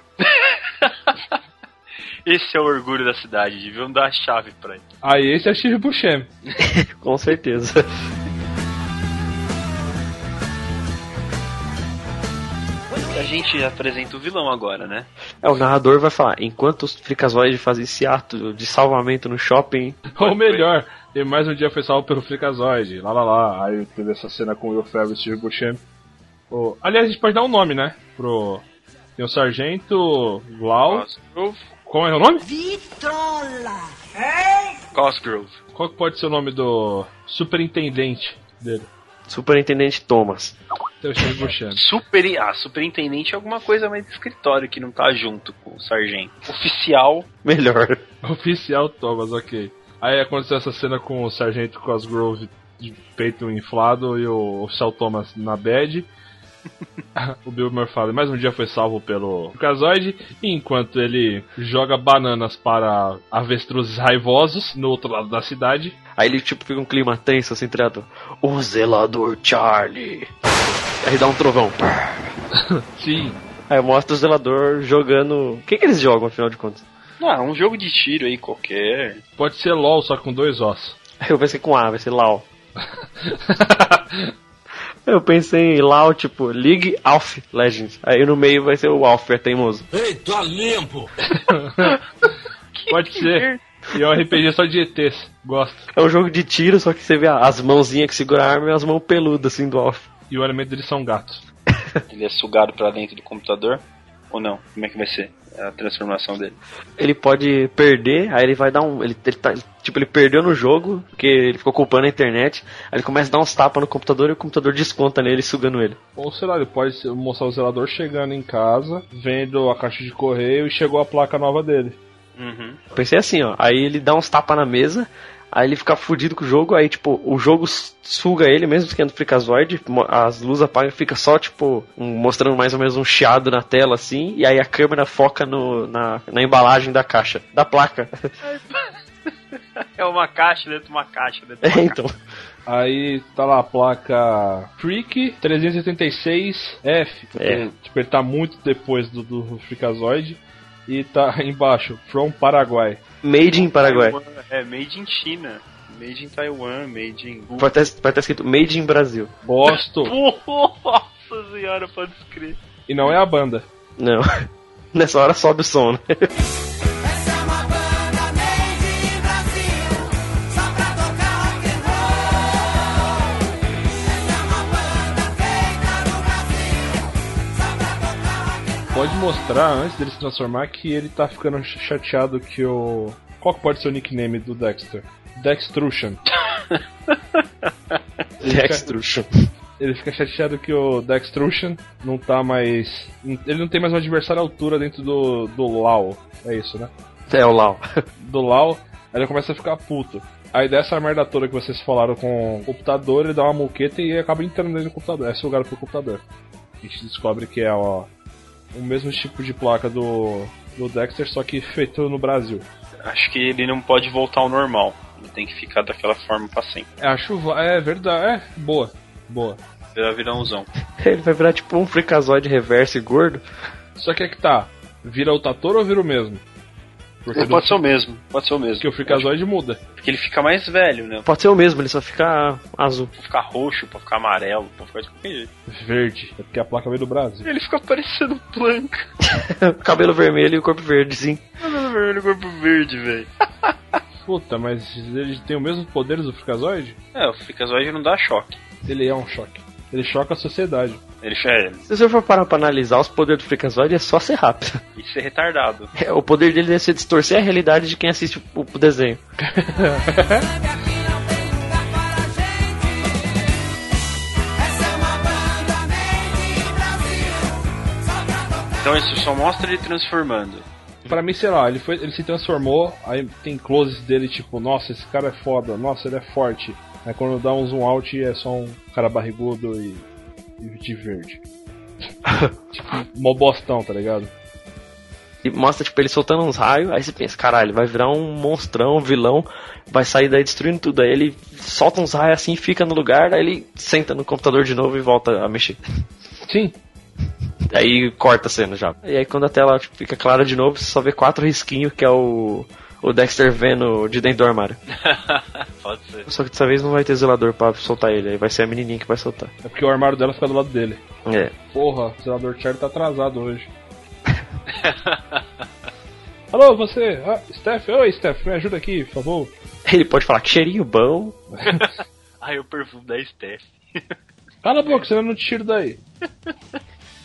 Speaker 3: Esse é o orgulho da cidade, deviam dar a chave pra ele.
Speaker 2: Aí esse é Steve Buscemi.
Speaker 1: Com certeza.
Speaker 3: A gente apresenta o vilão agora, né?
Speaker 1: É, o narrador vai falar: Enquanto os Freakazoid fazem esse ato de salvamento no shopping,
Speaker 2: Ou melhor, e mais um dia foi salvo pelo Freakazoid. Lá lá lá. Aí teve essa cena com o Will Ferrell e Steve Buscemi. O- Aliás, a gente pode dar um nome, né? Pro. Tem o Sargento Lau.
Speaker 3: Cosgrove.
Speaker 2: Qual é o nome?
Speaker 10: Vitrola!
Speaker 3: Cosgrove.
Speaker 2: Qual que pode ser o nome do superintendente dele?
Speaker 1: Superintendente Thomas.
Speaker 2: Tem o Steve Buscemi.
Speaker 3: Super, ah, superintendente é alguma coisa mais de escritório que não tá junto com o sargento. Oficial.
Speaker 1: Melhor.
Speaker 2: Oficial Thomas, ok. Aí aconteceu essa cena com o Sargento Cosgrove de peito inflado e o oficial Thomas na bad. o Bilmer fala, mais um dia foi salvo pelo Casoide, enquanto ele joga bananas para avestruzes raivosos no outro lado da cidade.
Speaker 1: Aí ele tipo fica um clima tenso assim, treado. O zelador Charlie. Aí dá um trovão.
Speaker 2: Sim.
Speaker 1: Aí mostra o zelador jogando. O que, que eles jogam, afinal de contas?
Speaker 3: Ah, um jogo de tiro aí qualquer.
Speaker 2: Pode ser LOL, só com dois ossos.
Speaker 1: Eu pensei com A, vai ser Lau. Eu pensei em Lau, tipo, League Alf Legends. Aí no meio vai ser o Alf, é teimoso.
Speaker 7: Ei, tá limpo!
Speaker 2: Pode ser. E é um RPG só de ETs. Gosto.
Speaker 1: É um jogo de tiro, só que você vê as mãozinhas que segura a arma e as mãos peludas, assim, do Alf.
Speaker 2: E o elemento deles são gatos.
Speaker 3: Ele é sugado pra dentro do computador? Ou não? Como é que vai ser a transformação dele?
Speaker 1: Ele pode perder, aí ele vai dar um. Ele, ele tá- tipo, ele perdeu no jogo, porque ele ficou culpando a internet. Aí ele começa a dar uns tapas no computador e o computador desconta nele, sugando ele.
Speaker 2: Ou sei lá, ele pode ser- mostrar o zelador chegando em casa, vendo a caixa de correio e chegou a placa nova dele.
Speaker 3: Uhum.
Speaker 1: Pensei assim, ó. Aí ele dá uns tapas na mesa, aí ele fica fudido com o jogo, aí, tipo, o jogo suga ele, mesmo sendo Freakazoid, mo- as luzes apagam, fica só, tipo, um- mostrando mais ou menos um chiado na tela, assim, e aí a câmera foca no, na, na embalagem da caixa, da placa.
Speaker 3: É uma caixa dentro de uma caixa dentro de
Speaker 1: É,
Speaker 3: uma
Speaker 1: então.
Speaker 2: Aí tá lá a placa Freak 386F.
Speaker 1: É.
Speaker 2: Ele, tipo, ele tá muito depois do, do Freakazoid. E tá embaixo, From Paraguai.
Speaker 1: Made in Paraguai.
Speaker 3: caixa. É made in China. Made in Taiwan, made in
Speaker 1: Vai estar vai tá escrito Made in Brasil.
Speaker 2: Gosto.
Speaker 3: Nossa senhora, pode escrever.
Speaker 2: e não é a banda.
Speaker 1: Não. Nessa hora sobe o som, né?
Speaker 5: Essa é uma banda made in Brasil, só pra tocar rock and roll. Essa é uma banda feita no Brasil, só pra tocar rock and roll.
Speaker 2: Pode mostrar, antes dele se transformar, que ele tá ficando ch- chateado que o... Qual que pode ser o nickname do Dexter? Dextrution.
Speaker 1: Dextrution.
Speaker 2: Ele fica chateado que o Dextrution não tá mais. Ele não tem mais um adversário à altura dentro do, do LAL. É isso, né?
Speaker 1: É o Lau.
Speaker 2: Do LAL, aí ele começa a ficar puto. Aí dessa merda toda que vocês falaram com o computador, ele dá uma moqueta e acaba entrando dentro do computador. É sugado pro computador. A gente descobre que é ó, o mesmo tipo de placa do, do Dexter, só que feito no Brasil.
Speaker 3: Acho que ele não pode voltar ao normal. Ele tem que ficar daquela forma pra sempre.
Speaker 2: É a chuva, é verdade, é boa, boa.
Speaker 3: Virar um vilãozão.
Speaker 1: Ele vai virar tipo um freakazoide reverso e gordo.
Speaker 2: Só que é que tá, vira o Tatoru ou vira o mesmo? Porque
Speaker 3: Ou
Speaker 2: do-
Speaker 3: pode ser o mesmo, pode ser o mesmo.
Speaker 2: Porque o fricazoide muda.
Speaker 3: Porque ele fica mais velho, né?
Speaker 1: Pode ser o mesmo, ele só fica azul.
Speaker 3: Pode ficar roxo, pode ficar amarelo, pode ficar de qualquer jeito.
Speaker 2: Verde. É porque a placa veio do Brasil.
Speaker 3: Ele fica parecendo Plank.
Speaker 1: Cabelo vermelho e corpo verde, sim.
Speaker 3: Cabelo vermelho, corpo verde, velho.
Speaker 2: Puta, mas ele tem o mesmo poder do fricazoide?
Speaker 3: É, o Frikazoid não dá choque.
Speaker 2: Ele é um choque. Ele choca a sociedade.
Speaker 3: Ele é,
Speaker 1: Se você for parar pra analisar, os poderes do Freakazoid é só ser rápido.
Speaker 3: isso é retardado.
Speaker 1: É, o poder dele é você distorcer a realidade de quem assiste o, o desenho.
Speaker 3: Então isso só mostra ele transformando.
Speaker 2: Pra mim, sei lá, ele, foi, ele se transformou, aí tem closes dele tipo, nossa, esse cara é foda, nossa, ele é forte. Aí quando dá um zoom out é só um cara barrigudo e, e de verde. tipo, mó bostão, tá ligado?
Speaker 1: E mostra, tipo, ele soltando uns raios, aí você pensa, caralho, vai virar um monstrão, um vilão, vai sair daí destruindo tudo. Aí ele solta uns raios assim, fica no lugar, aí ele senta no computador de novo e volta a mexer.
Speaker 2: Sim.
Speaker 1: Aí corta a cena já. E aí quando a tela tipo, fica clara de novo, você só vê quatro risquinhos, que é o, o Dexter vendo de dentro do armário.
Speaker 3: Pode ser.
Speaker 1: Só que dessa vez não vai ter zelador pra soltar ele, aí vai ser a menininha que vai soltar.
Speaker 2: É porque o armário dela fica do lado dele.
Speaker 1: É.
Speaker 2: Porra, o zelador Charlie tá atrasado hoje. Alô, você? Ah, Steph? Oi, Steph, me ajuda aqui, por favor.
Speaker 1: Ele pode falar que cheirinho bom.
Speaker 3: Ai, o perfume da Steph.
Speaker 2: Cala a boca, senão eu não te tiro daí.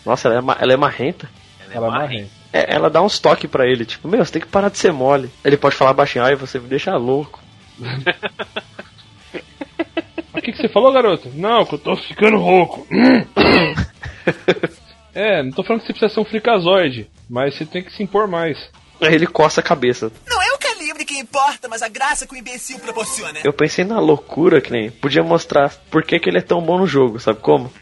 Speaker 1: Nossa, ela é, ma- ela é marrenta.
Speaker 2: Ela é marrenta.
Speaker 1: É, ela dá uns toques pra ele, tipo, meu, você tem que parar de ser mole. Ele pode falar baixinho, ai, você me deixa louco.
Speaker 2: O que, que você falou, garoto? Não, que eu tô ficando rouco. é, não tô falando que você precisa ser um fricazoide, mas você tem que se impor mais.
Speaker 1: Aí ele coça a cabeça.
Speaker 12: Não é o calibre que importa, mas a graça que o imbecil proporciona.
Speaker 1: Eu pensei na loucura que nem. Podia mostrar por que, que ele é tão bom no jogo, sabe como?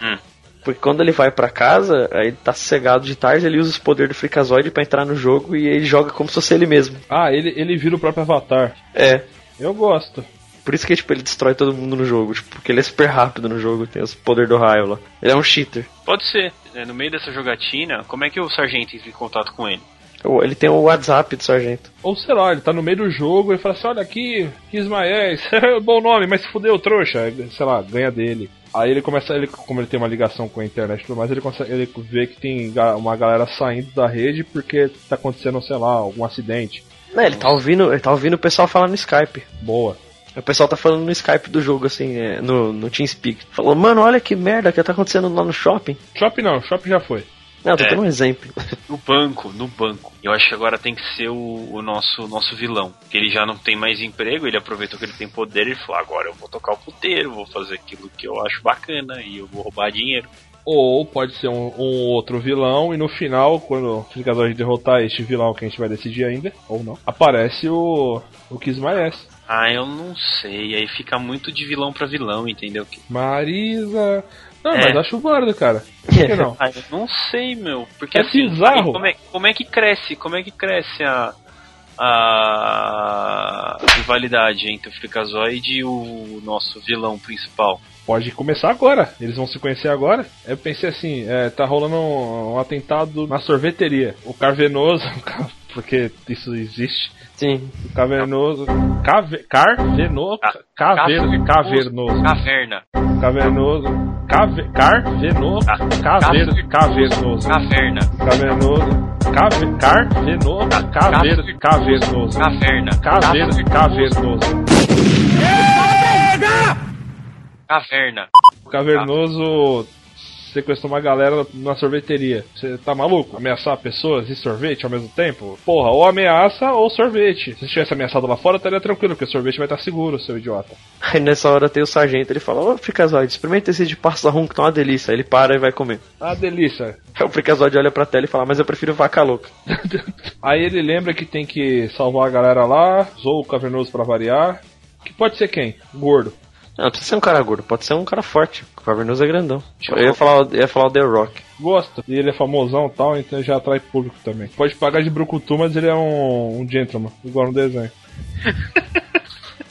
Speaker 3: Hum.
Speaker 1: Porque quando ele vai pra casa, aí ele tá sossegado de tarde, ele usa os poderes do Frikazoide pra entrar no jogo e ele joga como se fosse ele mesmo.
Speaker 2: Ah, ele, ele vira o próprio avatar.
Speaker 1: É.
Speaker 2: Eu gosto.
Speaker 1: Por isso que tipo, ele destrói todo mundo no jogo, tipo, porque ele é super rápido no jogo, tem os poderes do raio lá. Ele é um cheater.
Speaker 3: Pode ser. É, No meio dessa jogatina, como é que o sargento entra em contato com ele?
Speaker 1: Ou Ele tem o WhatsApp do sargento.
Speaker 2: Ou sei lá, ele tá no meio do jogo e fala assim: olha aqui, Ismaéis, bom nome, mas se fudeu, trouxa. Sei lá, ganha dele. Aí ele começa, ele, como ele tem uma ligação com a internet e tudo mais, ele, consegue, ele vê que tem ga- uma galera saindo da rede porque tá acontecendo, sei lá, algum acidente.
Speaker 1: Não, ele tá ouvindo, ele tá ouvindo o pessoal falar no Skype.
Speaker 2: Boa.
Speaker 1: O pessoal tá falando no Skype do jogo, assim, é, no, no TeamSpeak. Falou, mano, olha que merda que tá acontecendo lá no shopping.
Speaker 2: Shopping não, shopping já foi.
Speaker 1: Não, tô
Speaker 3: É.
Speaker 1: dando um exemplo.
Speaker 3: No banco, no banco. Eu acho que agora tem que ser o, o nosso nosso vilão. Que ele já não tem mais emprego, ele aproveitou que ele tem poder e falou: agora eu vou tocar o puteiro, vou fazer aquilo que eu acho bacana e eu vou roubar dinheiro.
Speaker 2: Ou pode ser um, um outro vilão e no final, quando fica a de derrotar este vilão que a gente vai decidir ainda, ou não, aparece o. o é. Kismaes.
Speaker 3: Ah, eu não sei. Aí fica muito de vilão pra vilão, entendeu? Que-
Speaker 2: Marisa. Não,
Speaker 3: É.
Speaker 2: mas acho válido, cara. Por que não?
Speaker 3: Ah, eu não sei, meu. Porque
Speaker 2: É
Speaker 3: assim,
Speaker 2: bizarro.
Speaker 3: aí Como é, como é que cresce? Como é que cresce a. A rivalidade entre o Frikazoid e o nosso vilão principal.
Speaker 2: Pode começar agora. Eles vão se conhecer agora. Eu pensei assim, é, tá rolando um, um atentado na sorveteria. O Carvenoso, porque isso existe.
Speaker 1: Sim.
Speaker 2: O Cavernoso. Cave, carvenoso. Caver, cavernoso.
Speaker 3: Caverna.
Speaker 2: Cavernoso. Cave, carvenoso. Caver, cavernoso.
Speaker 3: Caverna.
Speaker 2: Cavernoso. Cave, carvenoso.
Speaker 3: Ah,
Speaker 2: Caver, cavernoso.
Speaker 3: Caverna.
Speaker 2: Caver, cavernoso.
Speaker 3: Caverna.
Speaker 2: O cavernoso sequestrou uma galera na sorveteria. Você tá maluco? Ameaçar pessoas e sorvete ao mesmo tempo? Porra, ou ameaça ou sorvete. Se tivesse ameaçado lá fora, estaria tranquilo, porque o sorvete vai estar seguro, seu idiota.
Speaker 1: Aí nessa hora tem o sargento, ele fala, ô Frikazoide, experimenta esse de pasta rum que tá uma delícia. Aí ele para e vai comer.
Speaker 2: Ah, delícia.
Speaker 1: Aí o Frikazoide olha pra tela e fala, mas eu prefiro vaca louca.
Speaker 2: Aí ele lembra que tem que salvar a galera lá, zoou o cavernoso pra variar. Que pode ser quem? Gordo.
Speaker 1: Não, não precisa ser um cara gordo, pode ser um cara forte. O Cavernoso é grandão. Eu ia falar, eu ia falar o The Rock.
Speaker 2: Gosta. E ele é famosão e tal, então já atrai público também. Pode pagar de brucutu, mas ele é um, um gentleman, igual no desenho.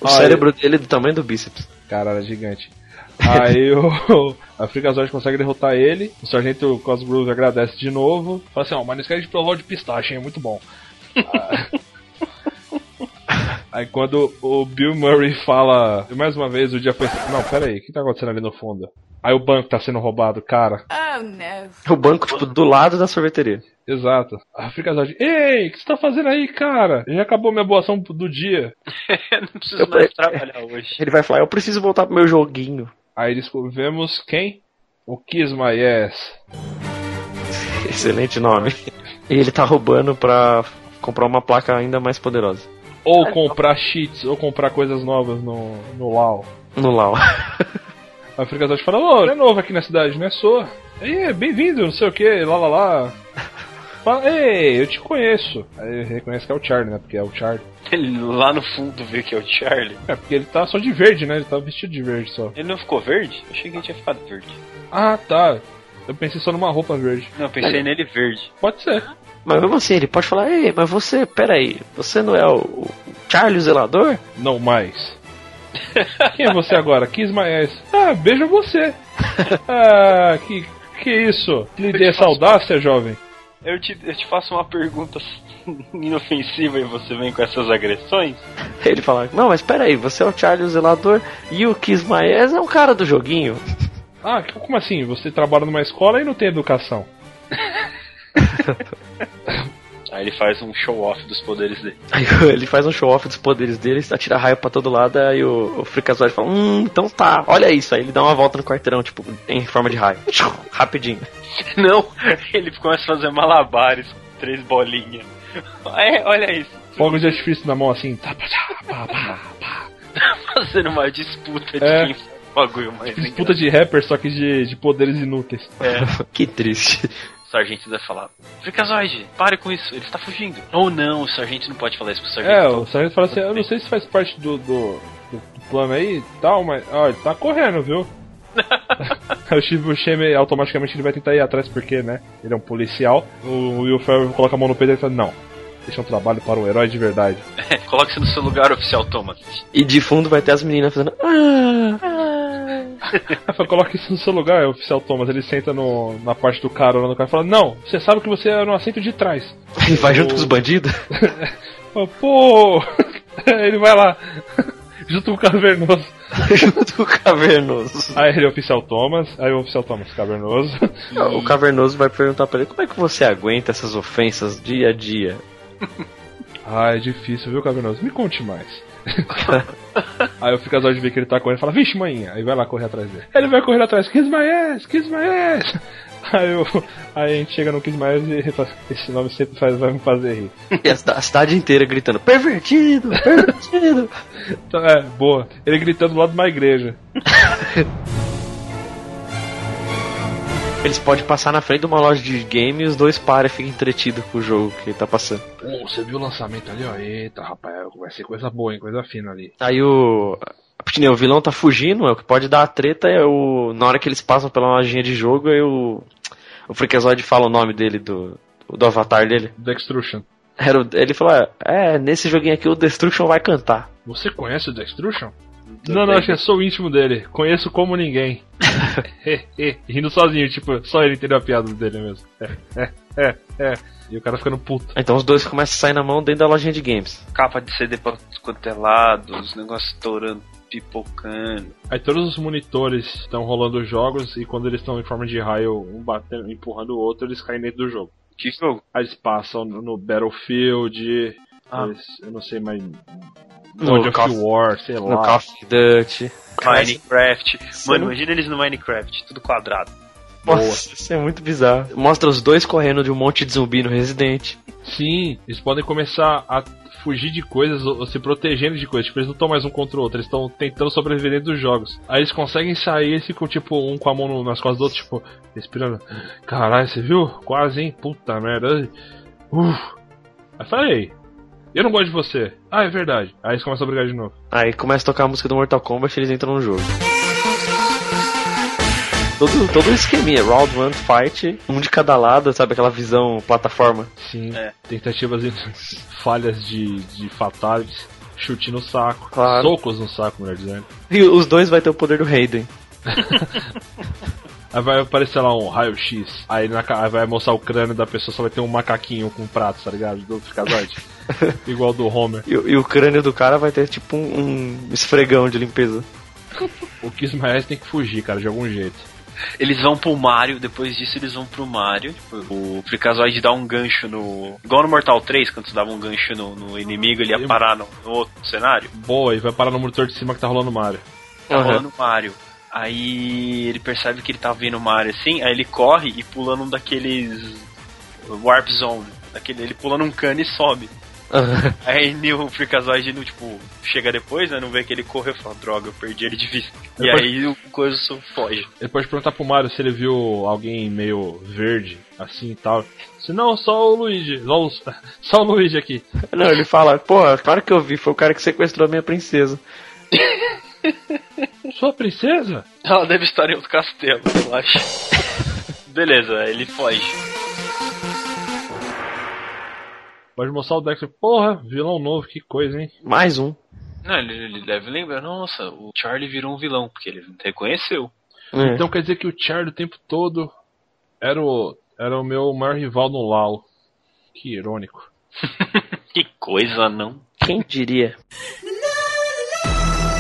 Speaker 1: O
Speaker 2: Ah,
Speaker 1: cérebro dele é do tamanho do bíceps.
Speaker 2: Cara, era gigante. Aí o a Frikazoid consegue derrotar ele. O sargento Cosgrove agradece de novo. Fala assim: ó, mas não esquece de provar o de pistache, hein? É muito bom. Aí quando o Bill Murray fala, mais uma vez, o dia foi. Não, pera aí, o que tá acontecendo ali no fundo? Aí o banco tá sendo roubado, cara.
Speaker 9: Oh, no.
Speaker 1: O banco, tipo, do lado da sorveteria.
Speaker 2: Exato. A África Zard, ei, o que você tá fazendo aí, cara? Já acabou minha boa ação do dia.
Speaker 3: Não preciso mais trabalhar hoje.
Speaker 1: Ele vai falar, eu preciso voltar pro meu joguinho.
Speaker 2: Aí descobrimos quem? O Kiss My Ass.
Speaker 1: Excelente nome. E ele tá roubando pra comprar uma placa ainda mais poderosa.
Speaker 2: Ou comprar cheats, ou comprar coisas novas no, no LoL.
Speaker 1: No LoL.
Speaker 2: A África Zard fala, ô, você é novo aqui na cidade, não é sua? Aí, bem-vindo, não sei o que, lá lá lá. Fala, ei, eu te conheço. Aí reconhece que é o Charlie, né? Porque é o Charlie.
Speaker 3: Ele lá no fundo vê que é o Charlie.
Speaker 2: É, porque ele tá só de verde, né? Ele tá vestido de verde só.
Speaker 3: Ele não ficou verde? Eu achei que ele tinha ficado verde.
Speaker 2: Ah, tá. Eu pensei só numa roupa verde.
Speaker 3: Não, eu pensei nele verde.
Speaker 2: Pode ser.
Speaker 1: Mas mesmo assim, ele pode falar, ei, mas você, peraí, você não é o o Charlie o Zelador?
Speaker 2: Não mais. Quem é você agora? Kiss my ass. Ah, beijo você. Ah, que, que isso? Lhe dei essa audácia, jovem.
Speaker 3: Eu te, eu te faço uma pergunta inofensiva e você vem com essas agressões?
Speaker 1: Ele fala, não, mas peraí, você é o Charlie o Zelador e o Kiss My Ass é um cara do joguinho.
Speaker 2: Ah, que- como assim? Você trabalha numa escola e não tem educação.
Speaker 3: Aí ele faz um show off dos poderes dele.
Speaker 1: Aí ele faz um show off dos poderes dele, atira raio pra todo lado, aí o, o Freakazoid fala, hum, então tá, olha isso. Aí ele dá uma volta no quarteirão, tipo, em forma de raio. Tchum, Rapidinho.
Speaker 3: Não, ele começa a fazer malabares com três bolinhas. É, olha isso.
Speaker 2: Fogo de artifício na mão assim. Tá, pá, tá, pá, pá.
Speaker 3: Fazendo uma disputa de
Speaker 2: É.
Speaker 3: quem faz o bagulho mais
Speaker 2: Disputa de rapper, só que de, de poderes inúteis.
Speaker 3: É.
Speaker 1: que triste.
Speaker 3: O sargento vai falar: Fricazoide, pare com isso, ele está fugindo. Ou não, o sargento não pode falar isso pro sargento.
Speaker 2: É, o sargento fala assim, eu não sei se faz parte do, do, do- do plano aí e tal, mas ó, ele tá correndo, viu? o Steve Buscemi automaticamente ele vai tentar ir atrás porque, né? Ele é um policial. O Will Ferrell coloca a mão no peito e ele fala, não, deixa um trabalho para um herói de verdade.
Speaker 3: É, Coloque-se no seu lugar, oficial Thomas.
Speaker 1: E de fundo vai ter as meninas fazendo, "Ah."
Speaker 2: Ela fala, coloca isso no seu lugar, oficial Thomas. Ele senta no, na parte do carona do cara e fala, não, você sabe que você é no assento de trás.
Speaker 1: e vai junto com os bandidos.
Speaker 2: Fala, Pô! ele vai lá, junto com o cavernoso.
Speaker 1: junto com o cavernoso.
Speaker 2: Aí ele é o oficial Thomas, aí o oficial Thomas, cavernoso.
Speaker 1: O cavernoso vai perguntar pra ele, como é que você aguenta essas ofensas dia a dia?
Speaker 2: Ah, é difícil, viu, Cavernoso? Me conte mais. aí o Ficazóide vê que ele tá correndo e fala, vixe, manhinha. Aí vai lá correr atrás dele. Ele vai correr atrás, Kiss my ass, kiss my ass. Aí, eu, aí a gente chega no Kiss my ass e ele fala, esse nome sempre faz, vai me fazer rir.
Speaker 1: E a, cida- a cidade inteira gritando, pervertido, pervertido.
Speaker 2: Então, é, boa. Ele gritando lá de uma igreja.
Speaker 1: Eles podem passar na frente de uma loja de game e os dois param e ficam entretidos com o jogo que ele tá passando.
Speaker 2: Pô, você viu o lançamento ali, ó? Eita, rapaz, vai ser coisa boa, hein? Coisa fina ali.
Speaker 1: Aí o. O vilão tá fugindo, é o que pode dar a treta é o. Na hora que eles passam pela lojinha de jogo, aí o. O Freakazoid fala o nome dele, do. do avatar dele.
Speaker 2: Dextruction.
Speaker 1: Era o- ele falou, é, nesse joguinho aqui o Destruction vai cantar.
Speaker 2: Você conhece o Dextruction? Não, não, acho que eu sou íntimo dele. Conheço como ninguém. Rindo sozinho, tipo, só ele entendeu a piada dele mesmo. É, é, é, é. E o cara ficando puto.
Speaker 1: Então os dois começam a sair na mão dentro da lojinha de games.
Speaker 3: Capa de CD pra tudo quanto é lado, os negócios estourando, pipocando.
Speaker 2: Aí todos os monitores estão rolando os jogos e quando eles estão em forma de raio, um batendo, empurrando o outro, eles caem dentro do jogo.
Speaker 3: Que jogo?
Speaker 2: Aí eles passam no no Battlefield,
Speaker 3: Ah.
Speaker 2: eles- eu não sei mais.
Speaker 1: No
Speaker 2: World
Speaker 1: Call
Speaker 2: of
Speaker 1: of-
Speaker 2: War, sei
Speaker 1: No
Speaker 2: lá.
Speaker 1: Call of Duty. é
Speaker 3: Minecraft. Mano,
Speaker 1: não-
Speaker 3: imagina eles no Minecraft, tudo quadrado.
Speaker 1: Nossa, isso é muito bizarro. Mostra os dois correndo de um monte de zumbi no Resident.
Speaker 2: Sim, eles podem começar a fugir de coisas ou ou se protegendo de coisas. Tipo, eles não estão mais um contra o outro, eles estão tentando sobreviver dentro dos jogos. Aí eles conseguem sair e ficam, tipo, um com a mão no- nas costas do outro, tipo, respirando. Caralho, você viu? Quase, hein? Puta merda. Ai. Uf. Aí falei, eu não gosto de você. Ah, é verdade. Aí eles começam a brigar de novo.
Speaker 1: Aí começa a tocar a música do Mortal Kombat e eles entram no jogo. Todo, todo um esqueminha, round one fight, um de cada lado, sabe? Aquela visão plataforma.
Speaker 2: Sim,
Speaker 3: É.
Speaker 2: tentativas e falhas de, de fatales. Chute no saco,
Speaker 1: Claro.
Speaker 2: socos no saco, melhor dizendo.
Speaker 1: E os dois vai ter o poder do Raiden.
Speaker 2: Aí vai aparecer lá um raio-x. Aí, na ca- aí vai mostrar o crânio da pessoa, só vai ter um macaquinho com prato, tá ligado? Do fricazoide. Igual do Homer.
Speaker 1: E, o- e o crânio do cara vai ter tipo um, um esfregão de limpeza.
Speaker 2: O Kismaes tem que fugir, cara, de algum jeito.
Speaker 3: Eles vão pro Mario, depois disso eles vão pro Mario. Tipo, o Freakazoid dá um gancho no. Igual no Mortal 3, quando você dava um gancho no, no inimigo, ele ia parar no, no outro cenário.
Speaker 2: Boa, e vai parar no monitor de cima que tá rolando o Mario.
Speaker 3: Tá rolando o Mario. Aí ele percebe que ele tá vendo o Mario assim, aí ele corre e pula num daqueles. Warp Zone. Daquele, ele pula num cano e sobe. Aí o Freakazoid, não, tipo, chega depois, né? Não vê que ele correu e fala, droga, eu perdi ele de vista. E
Speaker 2: Depois-
Speaker 3: aí o coisa só foge.
Speaker 2: Ele pode perguntar pro Mario se ele viu alguém meio verde, assim e tal. Se não, só o Luigi. Só o, só o Luigi aqui.
Speaker 1: Não, ele fala, porra, claro que eu vi, foi o cara que sequestrou a minha princesa.
Speaker 2: Sua princesa?
Speaker 3: Ela deve estar em outro castelo, relaxa. Beleza, ele foge.
Speaker 2: Pode mostrar o Dexter. Porra, vilão novo, que coisa, hein?
Speaker 1: Mais um.
Speaker 3: Não, ele, ele deve lembrar, nossa, o Charlie virou um vilão, porque ele reconheceu.
Speaker 1: É.
Speaker 2: Então quer dizer que o Charlie o tempo todo era o, era o meu maior rival no LAL. Que irônico.
Speaker 3: que coisa, não?
Speaker 1: Quem diria?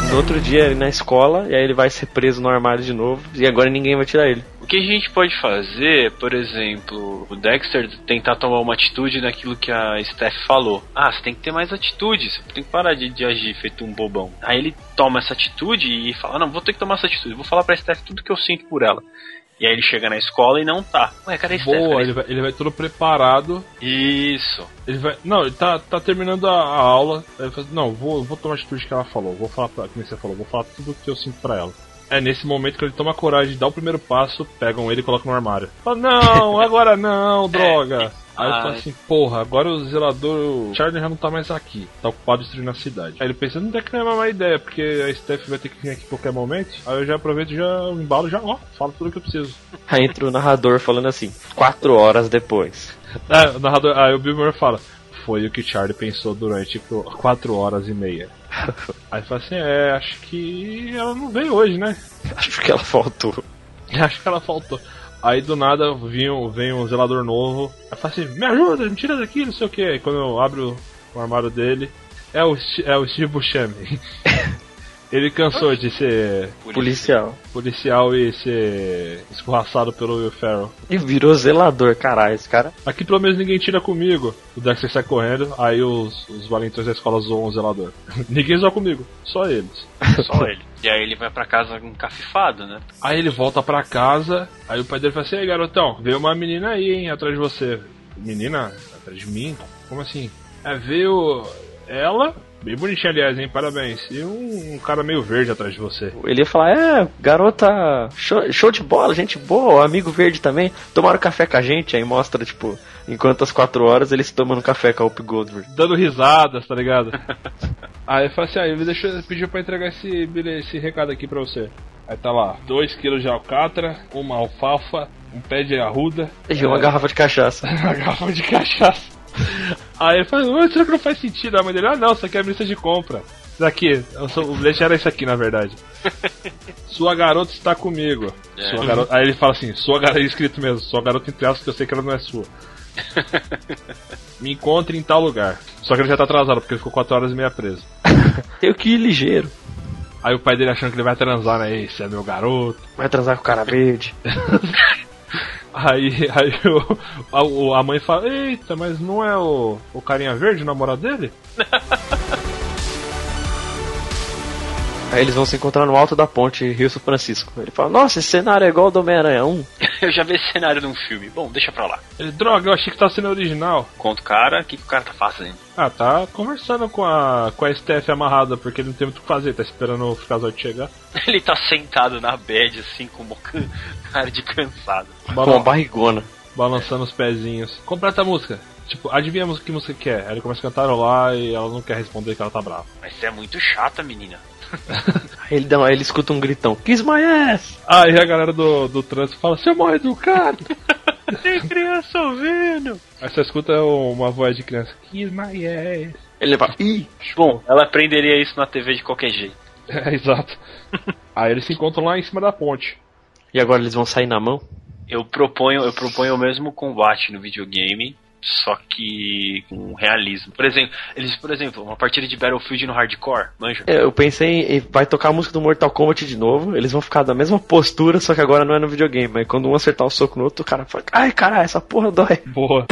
Speaker 1: No outro dia ele na escola, e aí ele vai ser preso no armário de novo, e agora ninguém vai tirar ele.
Speaker 3: O que a gente pode fazer, por exemplo, o Dexter tentar tomar uma atitude naquilo que a Steph falou. Ah, você tem que ter mais atitude, você tem que parar de, de agir feito um bobão. Aí ele toma essa atitude e fala, não, vou ter que tomar essa atitude, vou falar pra Steph tudo que eu sinto por ela. E aí ele chega na escola e não tá. Ué, cadê a Steph?
Speaker 2: Boa,
Speaker 3: Cadê a
Speaker 2: ele vai, ele vai todo preparado.
Speaker 3: Isso.
Speaker 2: Ele vai. Não, ele tá, tá terminando a, a aula. aí ele fala, não, vou, vou tomar a atitude que ela falou. Vou falar pra. Como é você falou, vou falar tudo que eu sinto pra ela. É nesse momento que ele toma coragem de dar o primeiro passo, pegam ele e colocam no armário. Fala, não, agora não, droga. Aí ele fala assim, porra, agora o zelador, o Charlie já não tá mais aqui, tá ocupado destruindo a cidade. Aí ele pensa, não tem que levar uma ideia, porque a Steph vai ter que vir aqui a qualquer momento. Aí eu já aproveito, já embalo, já, ó, falo tudo que eu preciso.
Speaker 1: Aí entra o narrador falando assim, quatro horas depois.
Speaker 2: Ah, o narrador, aí o Bill Murray fala, foi o que Charlie pensou durante qu- quatro horas e meia. Aí fala assim, é, acho que ela não veio hoje, né?
Speaker 1: Acho que ela faltou.
Speaker 2: Acho que ela faltou. Aí do nada vem, um- vem um zelador novo, aí fala assim, me ajuda, me tira daqui, não sei o que. Aí quando eu abro o armário dele, é o, Sti- é o Steve Buscemi. Ele cansou de ser
Speaker 1: Policial.
Speaker 2: policial e ser escorraçado pelo Will Ferrell.
Speaker 1: E virou zelador, caralho, esse cara.
Speaker 2: Aqui pelo menos ninguém tira comigo. O Dexter sai correndo, aí os, os valentões da escola zoam o zelador. ninguém zoa comigo, só eles.
Speaker 3: Só ele. E aí ele vai pra casa encafifado, né?
Speaker 2: Aí ele volta pra casa, aí o pai dele fala assim, Ei, garotão, veio uma menina aí, hein, atrás de você. Menina? Atrás de mim? Como assim? É, veio ela, bem bonitinha aliás, hein, parabéns. E um, um cara meio verde atrás de você.
Speaker 1: Ele ia falar, é, garota, show, show de bola, gente boa, amigo verde também, tomaram café com a gente, aí mostra, tipo, enquanto as quatro horas eles tomando um café com a Up Goldberg.
Speaker 2: Dando risadas, tá ligado? aí ele fala assim, ah, ele deixou, pediu pra entregar esse, bilhe- esse recado aqui pra você. Aí tá lá, 2kg de alcatra, uma alfafa, um pé de arruda.
Speaker 1: E uma
Speaker 2: É,
Speaker 1: garrafa de cachaça.
Speaker 2: uma garrafa de cachaça. Aí ele fala, "Mas será que não faz sentido? A mãe dele, ah não, isso aqui é a lista de compra. Isso aqui, eu sou, deixaram isso aqui na verdade. Sua garota está comigo.
Speaker 3: É.
Speaker 2: Sua garota, aí ele fala assim, sua garota, escrito mesmo, sua garota entre aspas, que eu sei que ela não é sua. Me encontre em tal lugar. Só que ele já tá atrasado, porque ele ficou 4 horas e meia preso.
Speaker 1: Eu que ir ligeiro.
Speaker 2: Aí o pai dele achando que ele vai transar, né? Esse é meu garoto.
Speaker 1: Vai transar com o cara verde.
Speaker 2: Aí, aí o- a, o- a mãe fala, eita, mas não é o, o carinha verde, o namorado dele?
Speaker 1: Aí eles vão se encontrar no alto da ponte, Rio São Francisco. Ele fala, nossa, esse cenário é igual ao do Homem-Aranha 1.
Speaker 3: Eu já vi esse cenário num filme. Bom, deixa pra lá.
Speaker 2: Ele, É, droga, eu achei que tava sendo original.
Speaker 3: Conta o cara, o que, que o cara tá fazendo?
Speaker 2: Ah, tá conversando com a, com a Steph amarrada, porque ele não tem muito o que fazer, tá esperando o Frikazoid chegar.
Speaker 3: Ele tá sentado na bed, assim, com uma can- cara de cansado.
Speaker 1: Com uma barrigona.
Speaker 2: Balançando os pezinhos. Completa a música. Tipo, adivinha a música- que música que é. Aí ele começa a cantar lá e ela não quer responder que ela tá brava.
Speaker 3: Mas você é muito chata, menina.
Speaker 1: Aí ele, dá, aí ele escuta um gritão, Kiss my ass!
Speaker 2: Aí Ah, a galera do, do trânsito fala, seu mal educado!
Speaker 3: Tem criança ouvindo.
Speaker 2: Aí você escuta uma voz de criança, Kiss my ass.
Speaker 1: Ele fala, ih!
Speaker 3: Bom, ela aprenderia isso na TV de qualquer jeito.
Speaker 2: É, exato. Aí eles se encontram lá em cima da ponte.
Speaker 1: E E agora eles vão sair na mão?
Speaker 3: Eu proponho, eu proponho o mesmo combate no videogame, só que com realismo. Por exemplo, eles, por exemplo, uma partida de Battlefield no hardcore, manja.
Speaker 1: É, eu pensei em, em- vai tocar a música do Mortal Kombat de novo, eles vão ficar da mesma postura, só que agora não é no videogame. Aí quando um acertar o soco no outro, o cara fala, ai caralho, essa porra dói.
Speaker 2: Boa.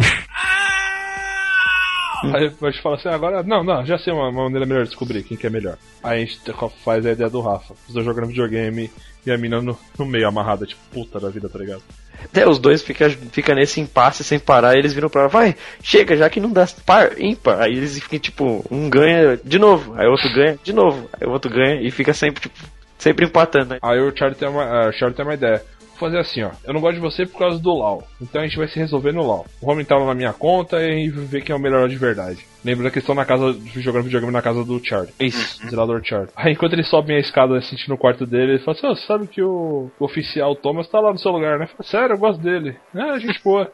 Speaker 2: Aí a gente fala assim, agora. Não, não, já sei uma, uma maneira melhor de descobrir quem que é melhor. Aí a gente te- faz a ideia do Rafa. Os dois jogando videogame e a mina no, no meio amarrada, tipo, puta da vida, tá ligado?
Speaker 1: Até os dois ficam fica nesse impasse sem parar, e eles viram pra lá, vai, chega, já que não dá par, ímpar. Aí eles ficam tipo, um ganha de novo, aí o outro ganha de novo, aí o outro ganha e fica sempre, tipo, sempre empatando. né?
Speaker 2: Aí o Charlie tem uma, a Charlie tem uma ideia. Vou fazer assim, ó. Eu não gosto de você por causa do LOL. Então a gente vai se resolver no LOL. Vamos entrar lá na minha conta e ver quem é o melhor de verdade. Lembra que estão na casa, jogando videogame na casa do Charlie.
Speaker 1: Isso.
Speaker 2: do Zelador Charlie. Aí enquanto eles sobem a escada assim no quarto dele, ele fala assim, "Ô, você sabe que o, o oficial Thomas tá lá no seu lugar, né? Fala, Sério, eu gosto dele. É, gente boa.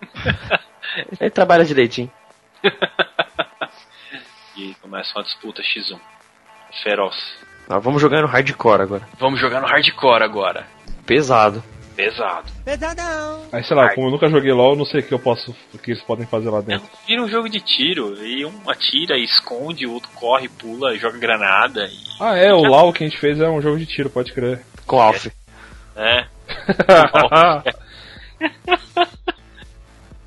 Speaker 1: Ele trabalha direitinho.
Speaker 3: E aí começa uma disputa X1. Feroz.
Speaker 1: Tá, vamos jogar no hardcore agora.
Speaker 3: Vamos jogar no hardcore agora.
Speaker 1: Pesado.
Speaker 3: Pesado.
Speaker 2: Aí sei lá, como eu nunca joguei LOL, eu não sei o que eu posso, o que eles podem fazer lá dentro.
Speaker 3: Vira um jogo de tiro. E um atira e esconde, o outro corre, pula, joga granada. E,
Speaker 2: Ah é, o LOL que a gente fez é um jogo de tiro, pode crer.
Speaker 1: Com Alf.
Speaker 3: né?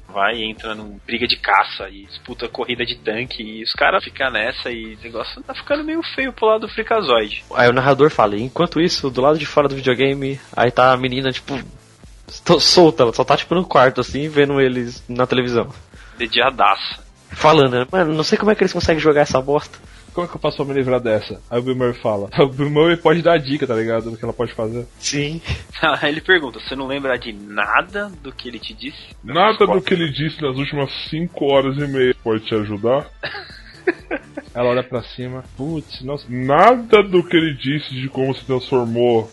Speaker 3: Vai e entra num briga de caça e disputa corrida de tanque. E os caras ficam nessa e o negócio tá ficando meio feio pro lado do Freakazoid.
Speaker 1: Aí o narrador fala, enquanto isso, do lado de fora do videogame, aí tá a menina, tipo, to- solta, ela só tá, tipo, no quarto, assim, vendo eles na televisão.
Speaker 3: Dediadaça.
Speaker 1: Falando, né? Mano, não sei como é que eles conseguem jogar essa bosta.
Speaker 2: Como é que eu posso pra me livrar dessa? Aí o Bill Murray fala. O Bill Murray pode dar a dica, tá ligado? Do que ela pode fazer.
Speaker 1: Sim.
Speaker 3: Aí ele pergunta: você não lembra de nada do que ele te disse?
Speaker 7: Nada do que ele disse nas últimas 5 horas e meia pode te ajudar?
Speaker 2: Ela olha pra cima. Putz, nossa.
Speaker 7: Nada do que ele disse de como se transformou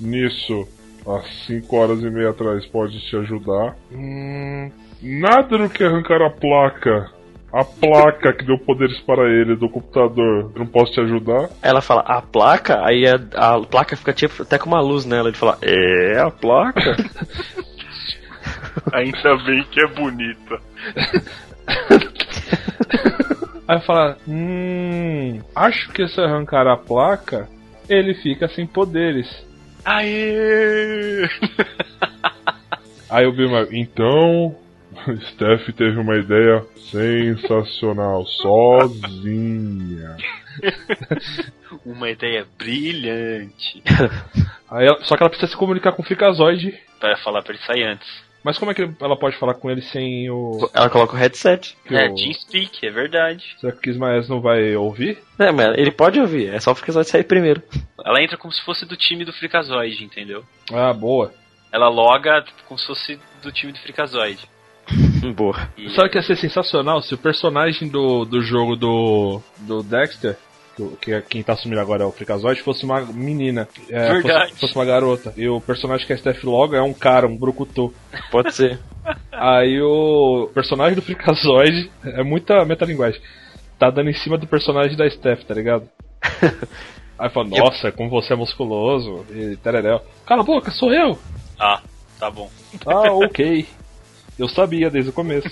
Speaker 7: nisso há 5 horas e meia atrás pode te ajudar? Hum, nada do que arrancar a placa. A placa que deu poderes para ele do computador. Eu não posso te ajudar?
Speaker 1: Ela fala, a placa? Aí a, a placa fica, tipo, até com uma luz nela. Ele fala, é a placa?
Speaker 13: Ainda bem que é bonita.
Speaker 2: Aí fala: Hum. Acho que se arrancar a placa, ele fica sem poderes.
Speaker 3: Aê!
Speaker 7: Aí o Bill Murray, então. Steph teve uma ideia sensacional, sozinha.
Speaker 3: Uma ideia brilhante.
Speaker 2: Aí ela- só que ela precisa se comunicar com o Ficazoide.
Speaker 3: Pra falar pra ele sair antes.
Speaker 2: Mas como é que ela pode falar com ele sem o.
Speaker 1: Ela coloca o headset.
Speaker 2: que
Speaker 3: É,
Speaker 2: o-
Speaker 3: Team Speak, é verdade.
Speaker 2: Será que o Ismael não vai ouvir?
Speaker 1: É, mas ele pode ouvir, é só porque vai sair primeiro.
Speaker 3: Ela entra como se fosse do time do Freakazoid, entendeu?
Speaker 2: Ah, boa.
Speaker 3: Ela loga tipo, como se fosse do time do Freakazoid.
Speaker 1: Boa.
Speaker 2: Sabe o que ia ser sensacional se o personagem do, do jogo do, do Dexter, do- que é- quem tá assumindo agora é o Freakazoid, fosse uma menina. É,
Speaker 3: Verdade.
Speaker 2: Fosse, fosse uma garota. E o personagem que a Steph logo é um cara, um brucutu.
Speaker 1: Pode ser.
Speaker 2: Aí o personagem do Freakazoid, é muita metalinguagem, tá dando em cima do personagem da Steph, tá ligado? Aí fala, nossa, como você é musculoso e tereréu. Cala a boca, sou eu!
Speaker 3: Ah, tá bom.
Speaker 2: Ah, ok. Eu sabia desde o começo.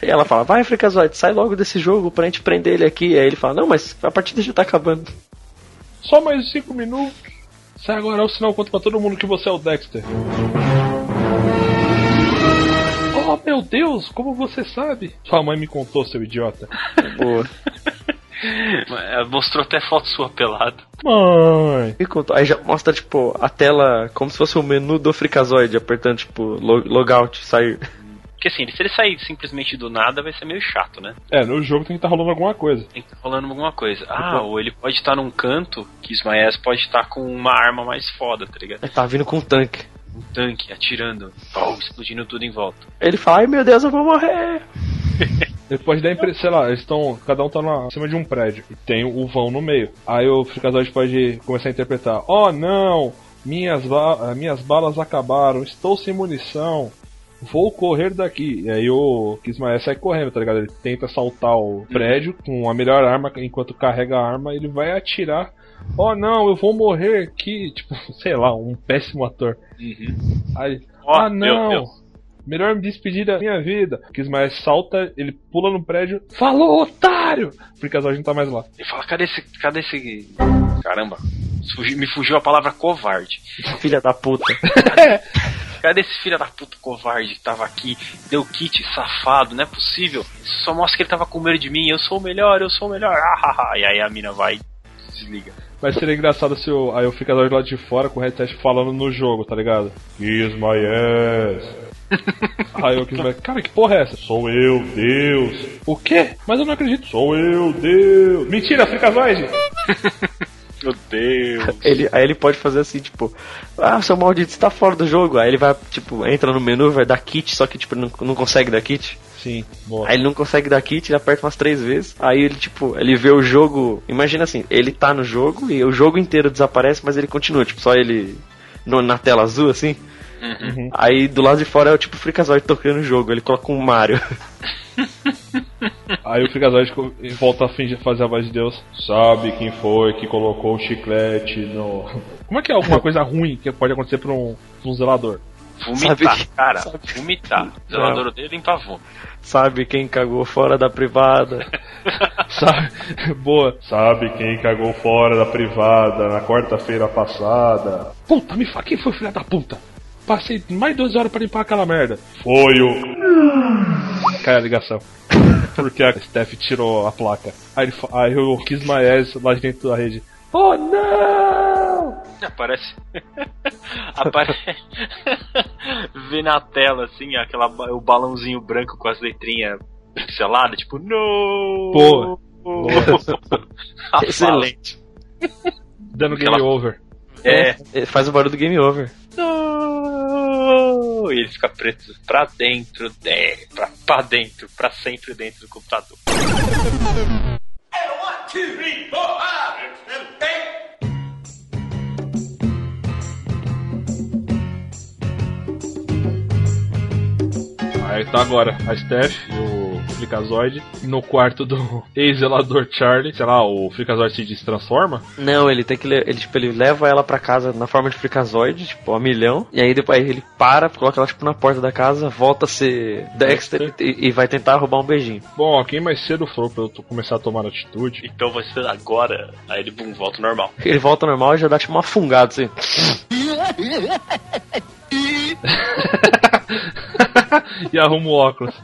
Speaker 1: E ela fala, vai, Freakazoid, sai logo desse jogo pra gente prender ele aqui. Aí ele fala, não, mas a partida já tá acabando.
Speaker 2: Só mais 5 minutos. Sai agora, é o sinal conta pra todo mundo que você é o Dexter. Oh meu Deus, como você sabe? Sua mãe me contou, seu idiota.
Speaker 1: Boa.
Speaker 3: Ela É, Mostrou até foto sua pelada.
Speaker 2: Mãe.
Speaker 1: E conta- Aí já mostra, tipo, a tela como se fosse o menu do Freakazoid, apertando, tipo, lo- logout, sair.
Speaker 3: Porque assim, se ele sair simplesmente do nada, vai ser meio chato, né?
Speaker 2: É, no jogo tem que estar rolando alguma coisa.
Speaker 3: Tem que tá rolando alguma coisa. Ah, ou ele pode estar num canto que Ismael pode estar com uma arma mais foda, tá ligado?
Speaker 1: Aí Tá vindo com um tanque.
Speaker 3: Um tanque atirando, pau, explodindo tudo em volta.
Speaker 1: Ele fala, ai meu Deus, eu vou morrer.
Speaker 2: Ele pode dar impressão, sei lá, eles estão. Cada um tá na, em cima de um prédio. E tem o vão no meio. Aí o Fricazoide pode começar a interpretar. Oh não! Minhas, ba- ah, minhas balas acabaram, estou sem munição. Vou correr daqui. E aí o Kismael sai correndo, tá
Speaker 3: Uhum.
Speaker 2: ligado? Ele tenta saltar o prédio com a melhor arma, enquanto carrega a arma, ele vai atirar oh não, eu vou morrer aqui, tipo, sei lá, um péssimo ator. Aí, ah
Speaker 3: Uhum. meu
Speaker 2: não,
Speaker 3: Deus.
Speaker 2: melhor me despedir da minha vida. Que Ismael salta, ele pula no prédio, falou otário! Porque a Zoid não tá mais lá.
Speaker 3: Ele fala, cadê esse. Cadê esse. Caramba, fugi- me fugiu a palavra covarde.
Speaker 1: Filha da puta.
Speaker 3: Cadê esse filho da puta covarde que tava aqui? Deu kit, safado, não é possível. Isso só mostra que ele tava com medo de mim. Eu sou o melhor, eu sou o melhor. Ah, ah, ah. E aí a mina vai, e desliga.
Speaker 2: Mas seria engraçado se eu, aí eu fico lá de fora com o headset falando no jogo, tá ligado? Ismael. aí eu quis vai, cara, que porra é essa? Sou eu, Deus. O quê? Mas eu não acredito. Sou eu, Deus. Mentira, Fricazoide!
Speaker 3: Meu Deus.
Speaker 1: Ele, aí ele pode fazer assim, tipo, ah, seu maldito, você tá fora do jogo. Aí ele vai, tipo, entra no menu, vai dar kit, só que, tipo, não, não consegue dar kit.
Speaker 2: Sim, boa.
Speaker 1: Aí ele não consegue dar kit, ele aperta umas três vezes. Aí ele, tipo, ele vê o jogo. Imagina assim, ele tá no jogo e o jogo inteiro desaparece, mas ele continua, tipo, só ele no- na tela azul, assim. Aí do lado de fora é o tipo Frikazoid tocando o jogo, ele coloca um Mario.
Speaker 2: Aí o Fricazoide co- volta a fingir fazer a voz de Deus. Sabe quem foi que colocou o chiclete no. Como é que é alguma coisa ruim que pode acontecer pra um, pra um zelador?
Speaker 3: Vomitar,
Speaker 1: Sabe-
Speaker 3: cara. Vomitar. O zelador
Speaker 1: Não.
Speaker 3: odeia limpar vômito.
Speaker 1: Sabe quem cagou fora da privada?
Speaker 2: Sabe? Boa.
Speaker 7: Sabe quem cagou fora da privada na quarta-feira passada?
Speaker 2: Puta, me fala quem foi, filha da puta? Passei mais duas horas pra limpar aquela merda.
Speaker 7: Foi o.
Speaker 2: Cai a ligação. Porque a Steph tirou a placa. Aí, ele fa- aí eu quis Maes lá de dentro da rede. Oh não!
Speaker 3: Aparece. Aparece. Vê na tela, assim, aquela, ba- o balãozinho branco com as letrinhas pixeladas, tipo, no.
Speaker 2: Boa.
Speaker 3: A fala.
Speaker 1: Excelente. né?
Speaker 2: Dando game
Speaker 3: Aquela-
Speaker 2: over.
Speaker 3: É.
Speaker 1: Ele Faz o barulho do game over.
Speaker 3: Não! E ele fica preto pra dentro, é, pra, pra dentro, pra sempre dentro do computador.
Speaker 2: Aí tá agora a Steph e o Fricazoid no quarto do ex-zelador Charlie. Sei lá, o Fricazoid se destransforma.
Speaker 1: Não, ele tem que. le- Ele, tipo, ele leva ela pra casa na forma de frikazoide, tipo, a milhão. E aí depois ele para, coloca ela, tipo, na porta da casa, volta a ser Dexter e, e vai tentar roubar um beijinho.
Speaker 2: Bom, ó, quem mais cedo for pra eu to- começar a tomar atitude.
Speaker 3: Então vai ser agora. Aí ele bum, volta ao normal.
Speaker 1: Ele volta normal e já dá, tipo, uma fungada, assim.
Speaker 2: e arruma o óculos.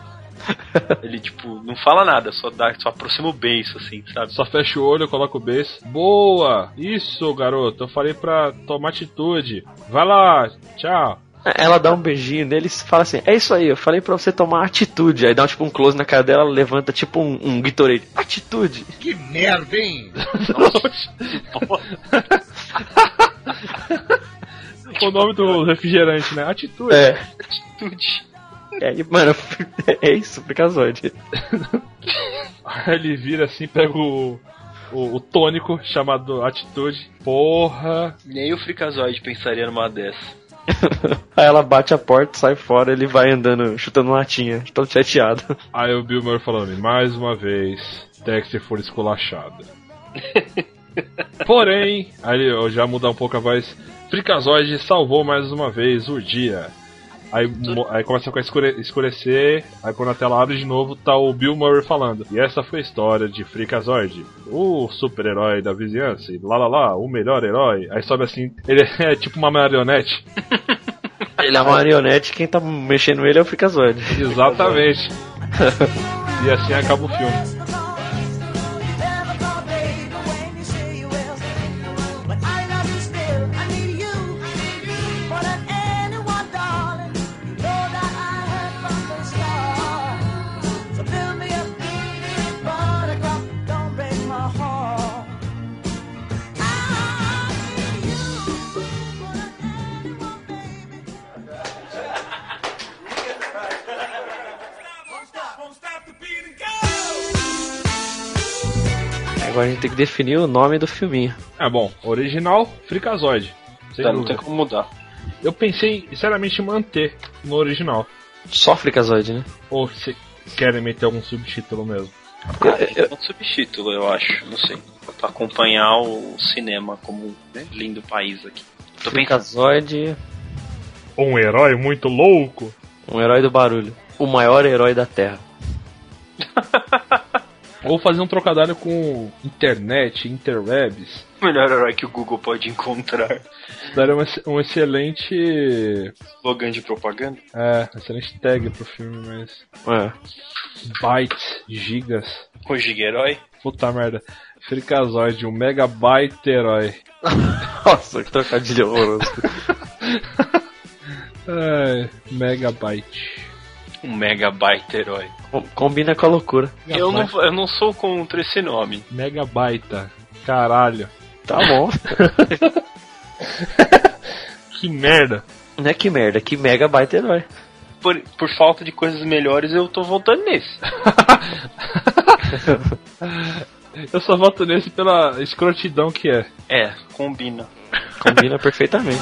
Speaker 3: Ele, tipo, não fala nada, só dá, só aproxima o beijo, assim, sabe?
Speaker 2: Só fecha o olho, coloca o beijo. Boa! Isso, garoto. Eu falei pra tomar atitude. Vai lá, tchau.
Speaker 1: Ela dá um beijinho nele e fala assim: É isso aí, eu falei pra você tomar atitude. Aí dá, tipo, um close na cara dela, levanta, tipo, um, um Gatorade. Atitude!
Speaker 14: Que merda, hein?
Speaker 2: o nome do refrigerante, né? Atitude.
Speaker 1: É.
Speaker 3: Atitude.
Speaker 1: É, e, mano, é isso, frikazoide.
Speaker 2: Aí ele vira assim, pega o, o, o tônico chamado Atitude. Porra!
Speaker 3: Nem o Frikazoid pensaria numa dessa.
Speaker 1: Aí ela bate a porta, sai fora, ele vai andando, chutando latinha, todo chateado.
Speaker 2: Aí o Bill Murray falando, mais uma vez, Dexter for esculachado. Porém, aí eu já mudar um pouco a voz, Fricazoide salvou mais uma vez o dia. Aí, mo- aí começa a escure- escurecer, aí quando a tela abre de novo, tá o Bill Murray falando. E essa foi a história de Freakazoid, o super-herói da vizinhança, e lá lá lá, o melhor herói. Aí sobe assim, ele é tipo uma marionete.
Speaker 1: Ele é uma marionete, quem tá mexendo ele é o frikazoide.
Speaker 2: Exatamente. e assim acaba o filme.
Speaker 1: Agora a gente tem que definir o nome do filminho.
Speaker 2: É bom, original, Fricazoide. Sem
Speaker 3: Tá, não
Speaker 2: dúvida.
Speaker 3: tem como mudar.
Speaker 2: Eu pensei, sinceramente, em manter no original.
Speaker 1: Só frikazoide, né?
Speaker 2: Ou se querem meter algum subtítulo mesmo.
Speaker 1: Eu- eu-
Speaker 3: É um subtítulo, eu acho, não sei. pra acompanhar o cinema como um lindo país aqui. Tô
Speaker 1: Fricazoide.
Speaker 2: Um herói muito louco.
Speaker 1: Um herói do barulho. O maior herói da Terra.
Speaker 2: Ou fazer um trocadilho com internet, interwebs.
Speaker 3: O melhor herói que o Google pode encontrar.
Speaker 2: Daria um, ex- um excelente.
Speaker 3: Slogan de propaganda.
Speaker 2: É, excelente tag pro filme, mas.
Speaker 1: É.
Speaker 2: Bytes, gigas.
Speaker 3: O giga-herói.
Speaker 2: Puta merda. Fricazoide, um megabyte herói.
Speaker 1: Nossa, que trocadilho horroroso.
Speaker 2: Ai, megabyte.
Speaker 3: Um megabyte herói.
Speaker 1: Com- Combina com a loucura.
Speaker 3: Eu não, eu não sou contra esse nome.
Speaker 2: Megabaita. Caralho.
Speaker 1: Tá bom.
Speaker 2: que merda.
Speaker 1: Não é que merda, que mega baita herói.
Speaker 3: Por, por falta de coisas melhores, eu tô voltando nesse.
Speaker 2: Eu só voto nesse pela escrotidão que é.
Speaker 3: É, combina.
Speaker 1: Combina perfeitamente.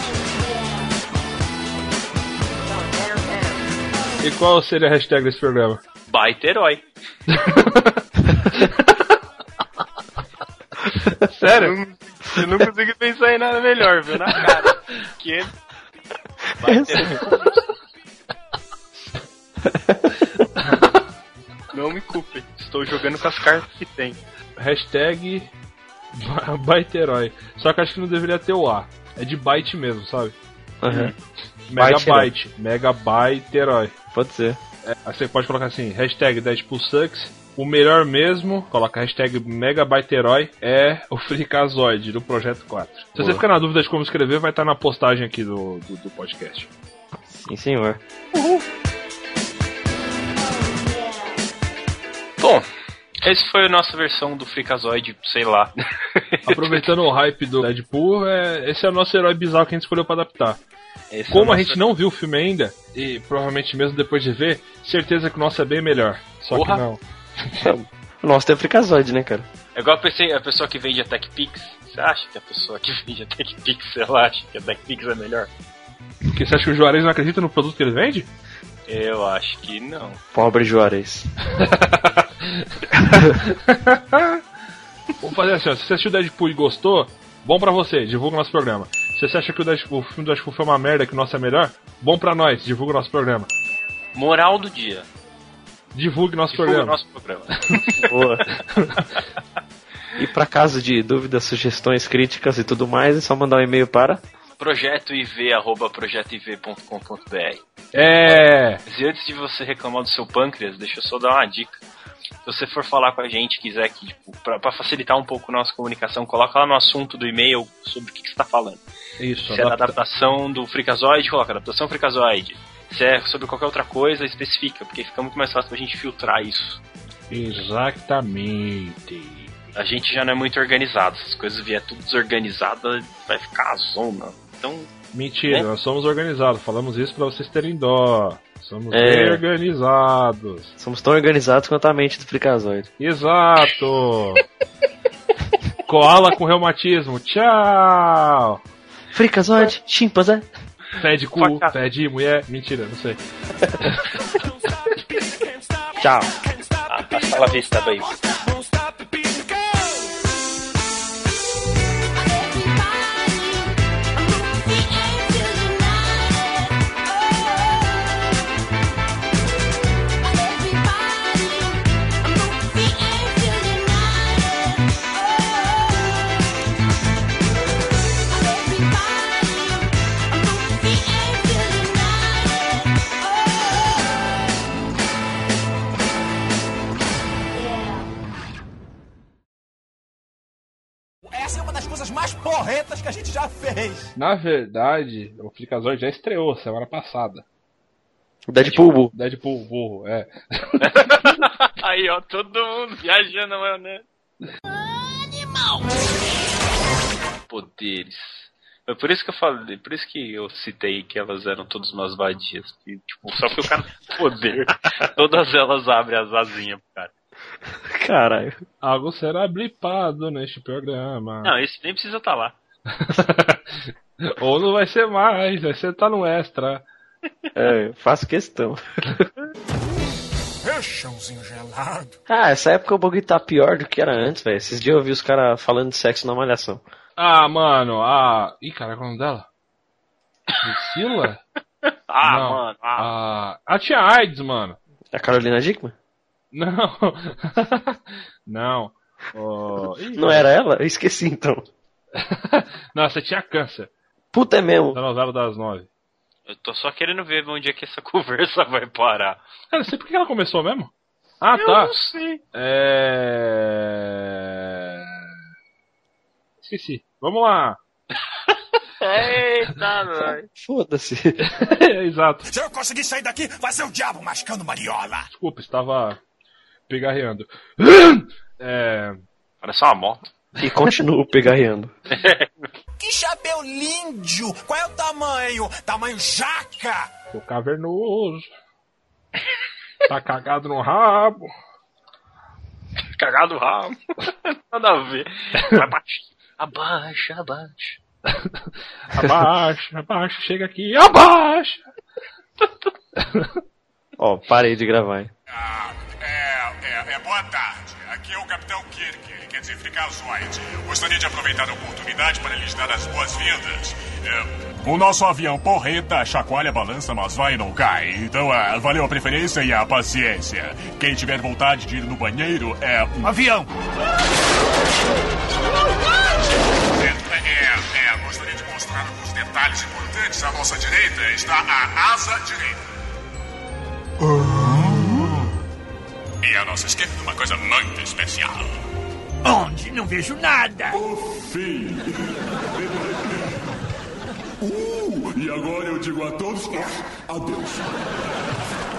Speaker 2: E qual seria a hashtag desse programa?
Speaker 3: Baita herói.
Speaker 2: Sério?
Speaker 3: Eu não consegui pensar em nada melhor, viu? Na cara. Que baita herói. Não me culpem, estou jogando com as cartas que tem.
Speaker 2: Hashtag ba- Byte Herói. Só que acho que não deveria ter o A. É de byte mesmo, sabe?
Speaker 1: Uhum.
Speaker 2: Megabyte. Megabyte Herói.
Speaker 1: Pode ser.
Speaker 2: É, aí você pode colocar assim, hashtag Deadpool Sucks. O melhor mesmo, coloca hashtag Megabyte Herói, é o Fricazoide do Projeto 4. Se
Speaker 1: Boa.
Speaker 2: você ficar na dúvida de como escrever, vai estar na postagem aqui do, do, do podcast.
Speaker 1: Sim, senhor.
Speaker 3: Bom, esse foi a nossa versão do Freakazoid, sei lá.
Speaker 2: Aproveitando o hype do Deadpool, é, esse é o nosso herói bizarro que a gente escolheu pra adaptar.
Speaker 3: Esse
Speaker 2: Como
Speaker 3: é
Speaker 2: a
Speaker 3: o
Speaker 2: gente não viu o filme ainda, e provavelmente mesmo depois de ver, certeza que o nosso é bem melhor. Só
Speaker 3: Porra.
Speaker 2: que não.
Speaker 1: O nosso tem fricazoide, né, cara?
Speaker 3: É igual eu pensei, a pessoa que vende a TechPix. Você acha que a pessoa que vende a TechPix, ela acha que a TechPix é melhor?
Speaker 2: Porque você acha que o Juarez não acredita no produto que ele vende?
Speaker 3: Eu acho que não.
Speaker 1: Pobre Juarez.
Speaker 2: Vamos fazer assim, ó. Se você assistiu Deadpool e gostou, bom pra você, divulga o nosso programa. Se você acha que o, Deadpool- o filme do Deadpool foi uma merda, que o nosso é melhor, bom pra nós, divulga o nosso programa.
Speaker 3: Moral do dia.
Speaker 2: Divulgue nosso
Speaker 3: Divulga o
Speaker 2: programa.
Speaker 3: nosso programa.
Speaker 1: Boa. E pra caso de dúvidas, sugestões, críticas e tudo mais, é só mandar um e-mail para.
Speaker 3: projetoiv, arroba projetoiv.com.br
Speaker 2: É.
Speaker 3: Mas antes de você reclamar do seu pâncreas, deixa eu só dar uma dica. Se você for falar com a gente, quiser que, tipo, pra, pra facilitar um pouco a nossa comunicação, coloca lá no assunto do e-mail sobre o que, que você tá falando.
Speaker 2: Isso,
Speaker 3: Se é da
Speaker 2: adapta-
Speaker 3: adaptação do Freakazoid, coloca adaptação Freakazoid. Se é sobre qualquer outra coisa, especifica, porque fica muito mais fácil pra gente filtrar isso.
Speaker 2: Exatamente.
Speaker 3: A gente já não é muito organizado, se as coisas vier tudo desorganizada, vai ficar a zona. Então,
Speaker 2: Mentira,
Speaker 3: É?
Speaker 2: nós somos organizados. Falamos isso pra vocês terem dó. Somos
Speaker 1: É.
Speaker 2: bem organizados.
Speaker 1: Somos tão organizados quanto a mente do fricazoide.
Speaker 2: Exato. Koala com reumatismo. Tchau.
Speaker 1: Fricazoide, chimpanzé.
Speaker 2: Pede cu, pede mulher. Mentira, não sei.
Speaker 1: Tchau.
Speaker 3: hasta la vista, baby.
Speaker 9: Oh.
Speaker 12: Essa é uma das coisas mais porretas que a gente já fez.
Speaker 2: Na verdade, o Flickazord já estreou semana passada.
Speaker 1: Deadpool. Bull.
Speaker 2: Deadpool burro, é.
Speaker 3: Aí, ó, todo mundo viajando, né? Animal! Poderes. Mas por isso que eu falei, por isso que eu citei que elas eram todas umas vadias. que, tipo, só porque o cara tem poder, todas elas abrem as asinhas pro cara.
Speaker 1: Caralho.
Speaker 2: Algo será blipado neste programa.
Speaker 3: Não, esse nem precisa estar lá.
Speaker 2: Ou não vai ser mais, vai ser tá no extra.
Speaker 1: É, eu faço questão.
Speaker 12: Eu
Speaker 14: É, chãozinho gelado.
Speaker 1: Ah, essa época o bagulho tá pior do que era antes, velho. Esses dias eu vi os caras falando de sexo na malhação.
Speaker 2: Ah, mano, a. Ih, cara, qual é o nome dela? Priscila?
Speaker 3: Ah,
Speaker 2: Não,
Speaker 3: mano,
Speaker 2: A... a tia AIDS, mano.
Speaker 1: É A Carolina Dickman?
Speaker 2: Não. Não. Ó, ih,
Speaker 1: Não era ela? Eu esqueci então.
Speaker 2: Não, essa tia câncer.
Speaker 1: Puta é mesmo.
Speaker 2: Tá no zero das nove.
Speaker 3: Eu tô só querendo ver onde é que essa conversa vai parar.
Speaker 2: Eu não sei por que ela começou mesmo. Ah,
Speaker 3: Eu
Speaker 2: tá.
Speaker 3: não sei.
Speaker 2: É... Esqueci. Vamos lá.
Speaker 3: Eita, nós.
Speaker 1: Foda-se.
Speaker 2: Exato.
Speaker 14: Se eu conseguir sair daqui, vai ser o diabo mascando mariola.
Speaker 2: Desculpa, estava pigarreando. É...
Speaker 3: Parece uma moto.
Speaker 1: E continuo pegarreando.
Speaker 14: Que chapéu lindo! Qual é o tamanho? Tamanho jaca!
Speaker 2: Tô cavernoso. Tá cagado no rabo.
Speaker 3: Cagado rabo. Nada a ver. Abaixa, abaixa, abaixa.
Speaker 2: Abaixa, abaixa, chega aqui, abaixa!
Speaker 1: Ó, parei de gravar, hein.
Speaker 15: Ah, É, é, boa tarde. Aqui é o Capitão Kirk, ele quer dizer Fricazoide. Gostaria de aproveitar a oportunidade para lhes dar as boas-vindas. É, o nosso avião porreta chacoalha, balança, mas vai e não cai. Então, é, valeu a preferência e a paciência. Quem tiver vontade de ir no banheiro é. Avião! É, é, é, gostaria de mostrar alguns detalhes importantes. À nossa direita está a asa direita. E à nossa esquerda, uma coisa muito especial.
Speaker 14: Onde? Não vejo nada.
Speaker 15: Fim. é Uh, e agora eu digo a todos adeus.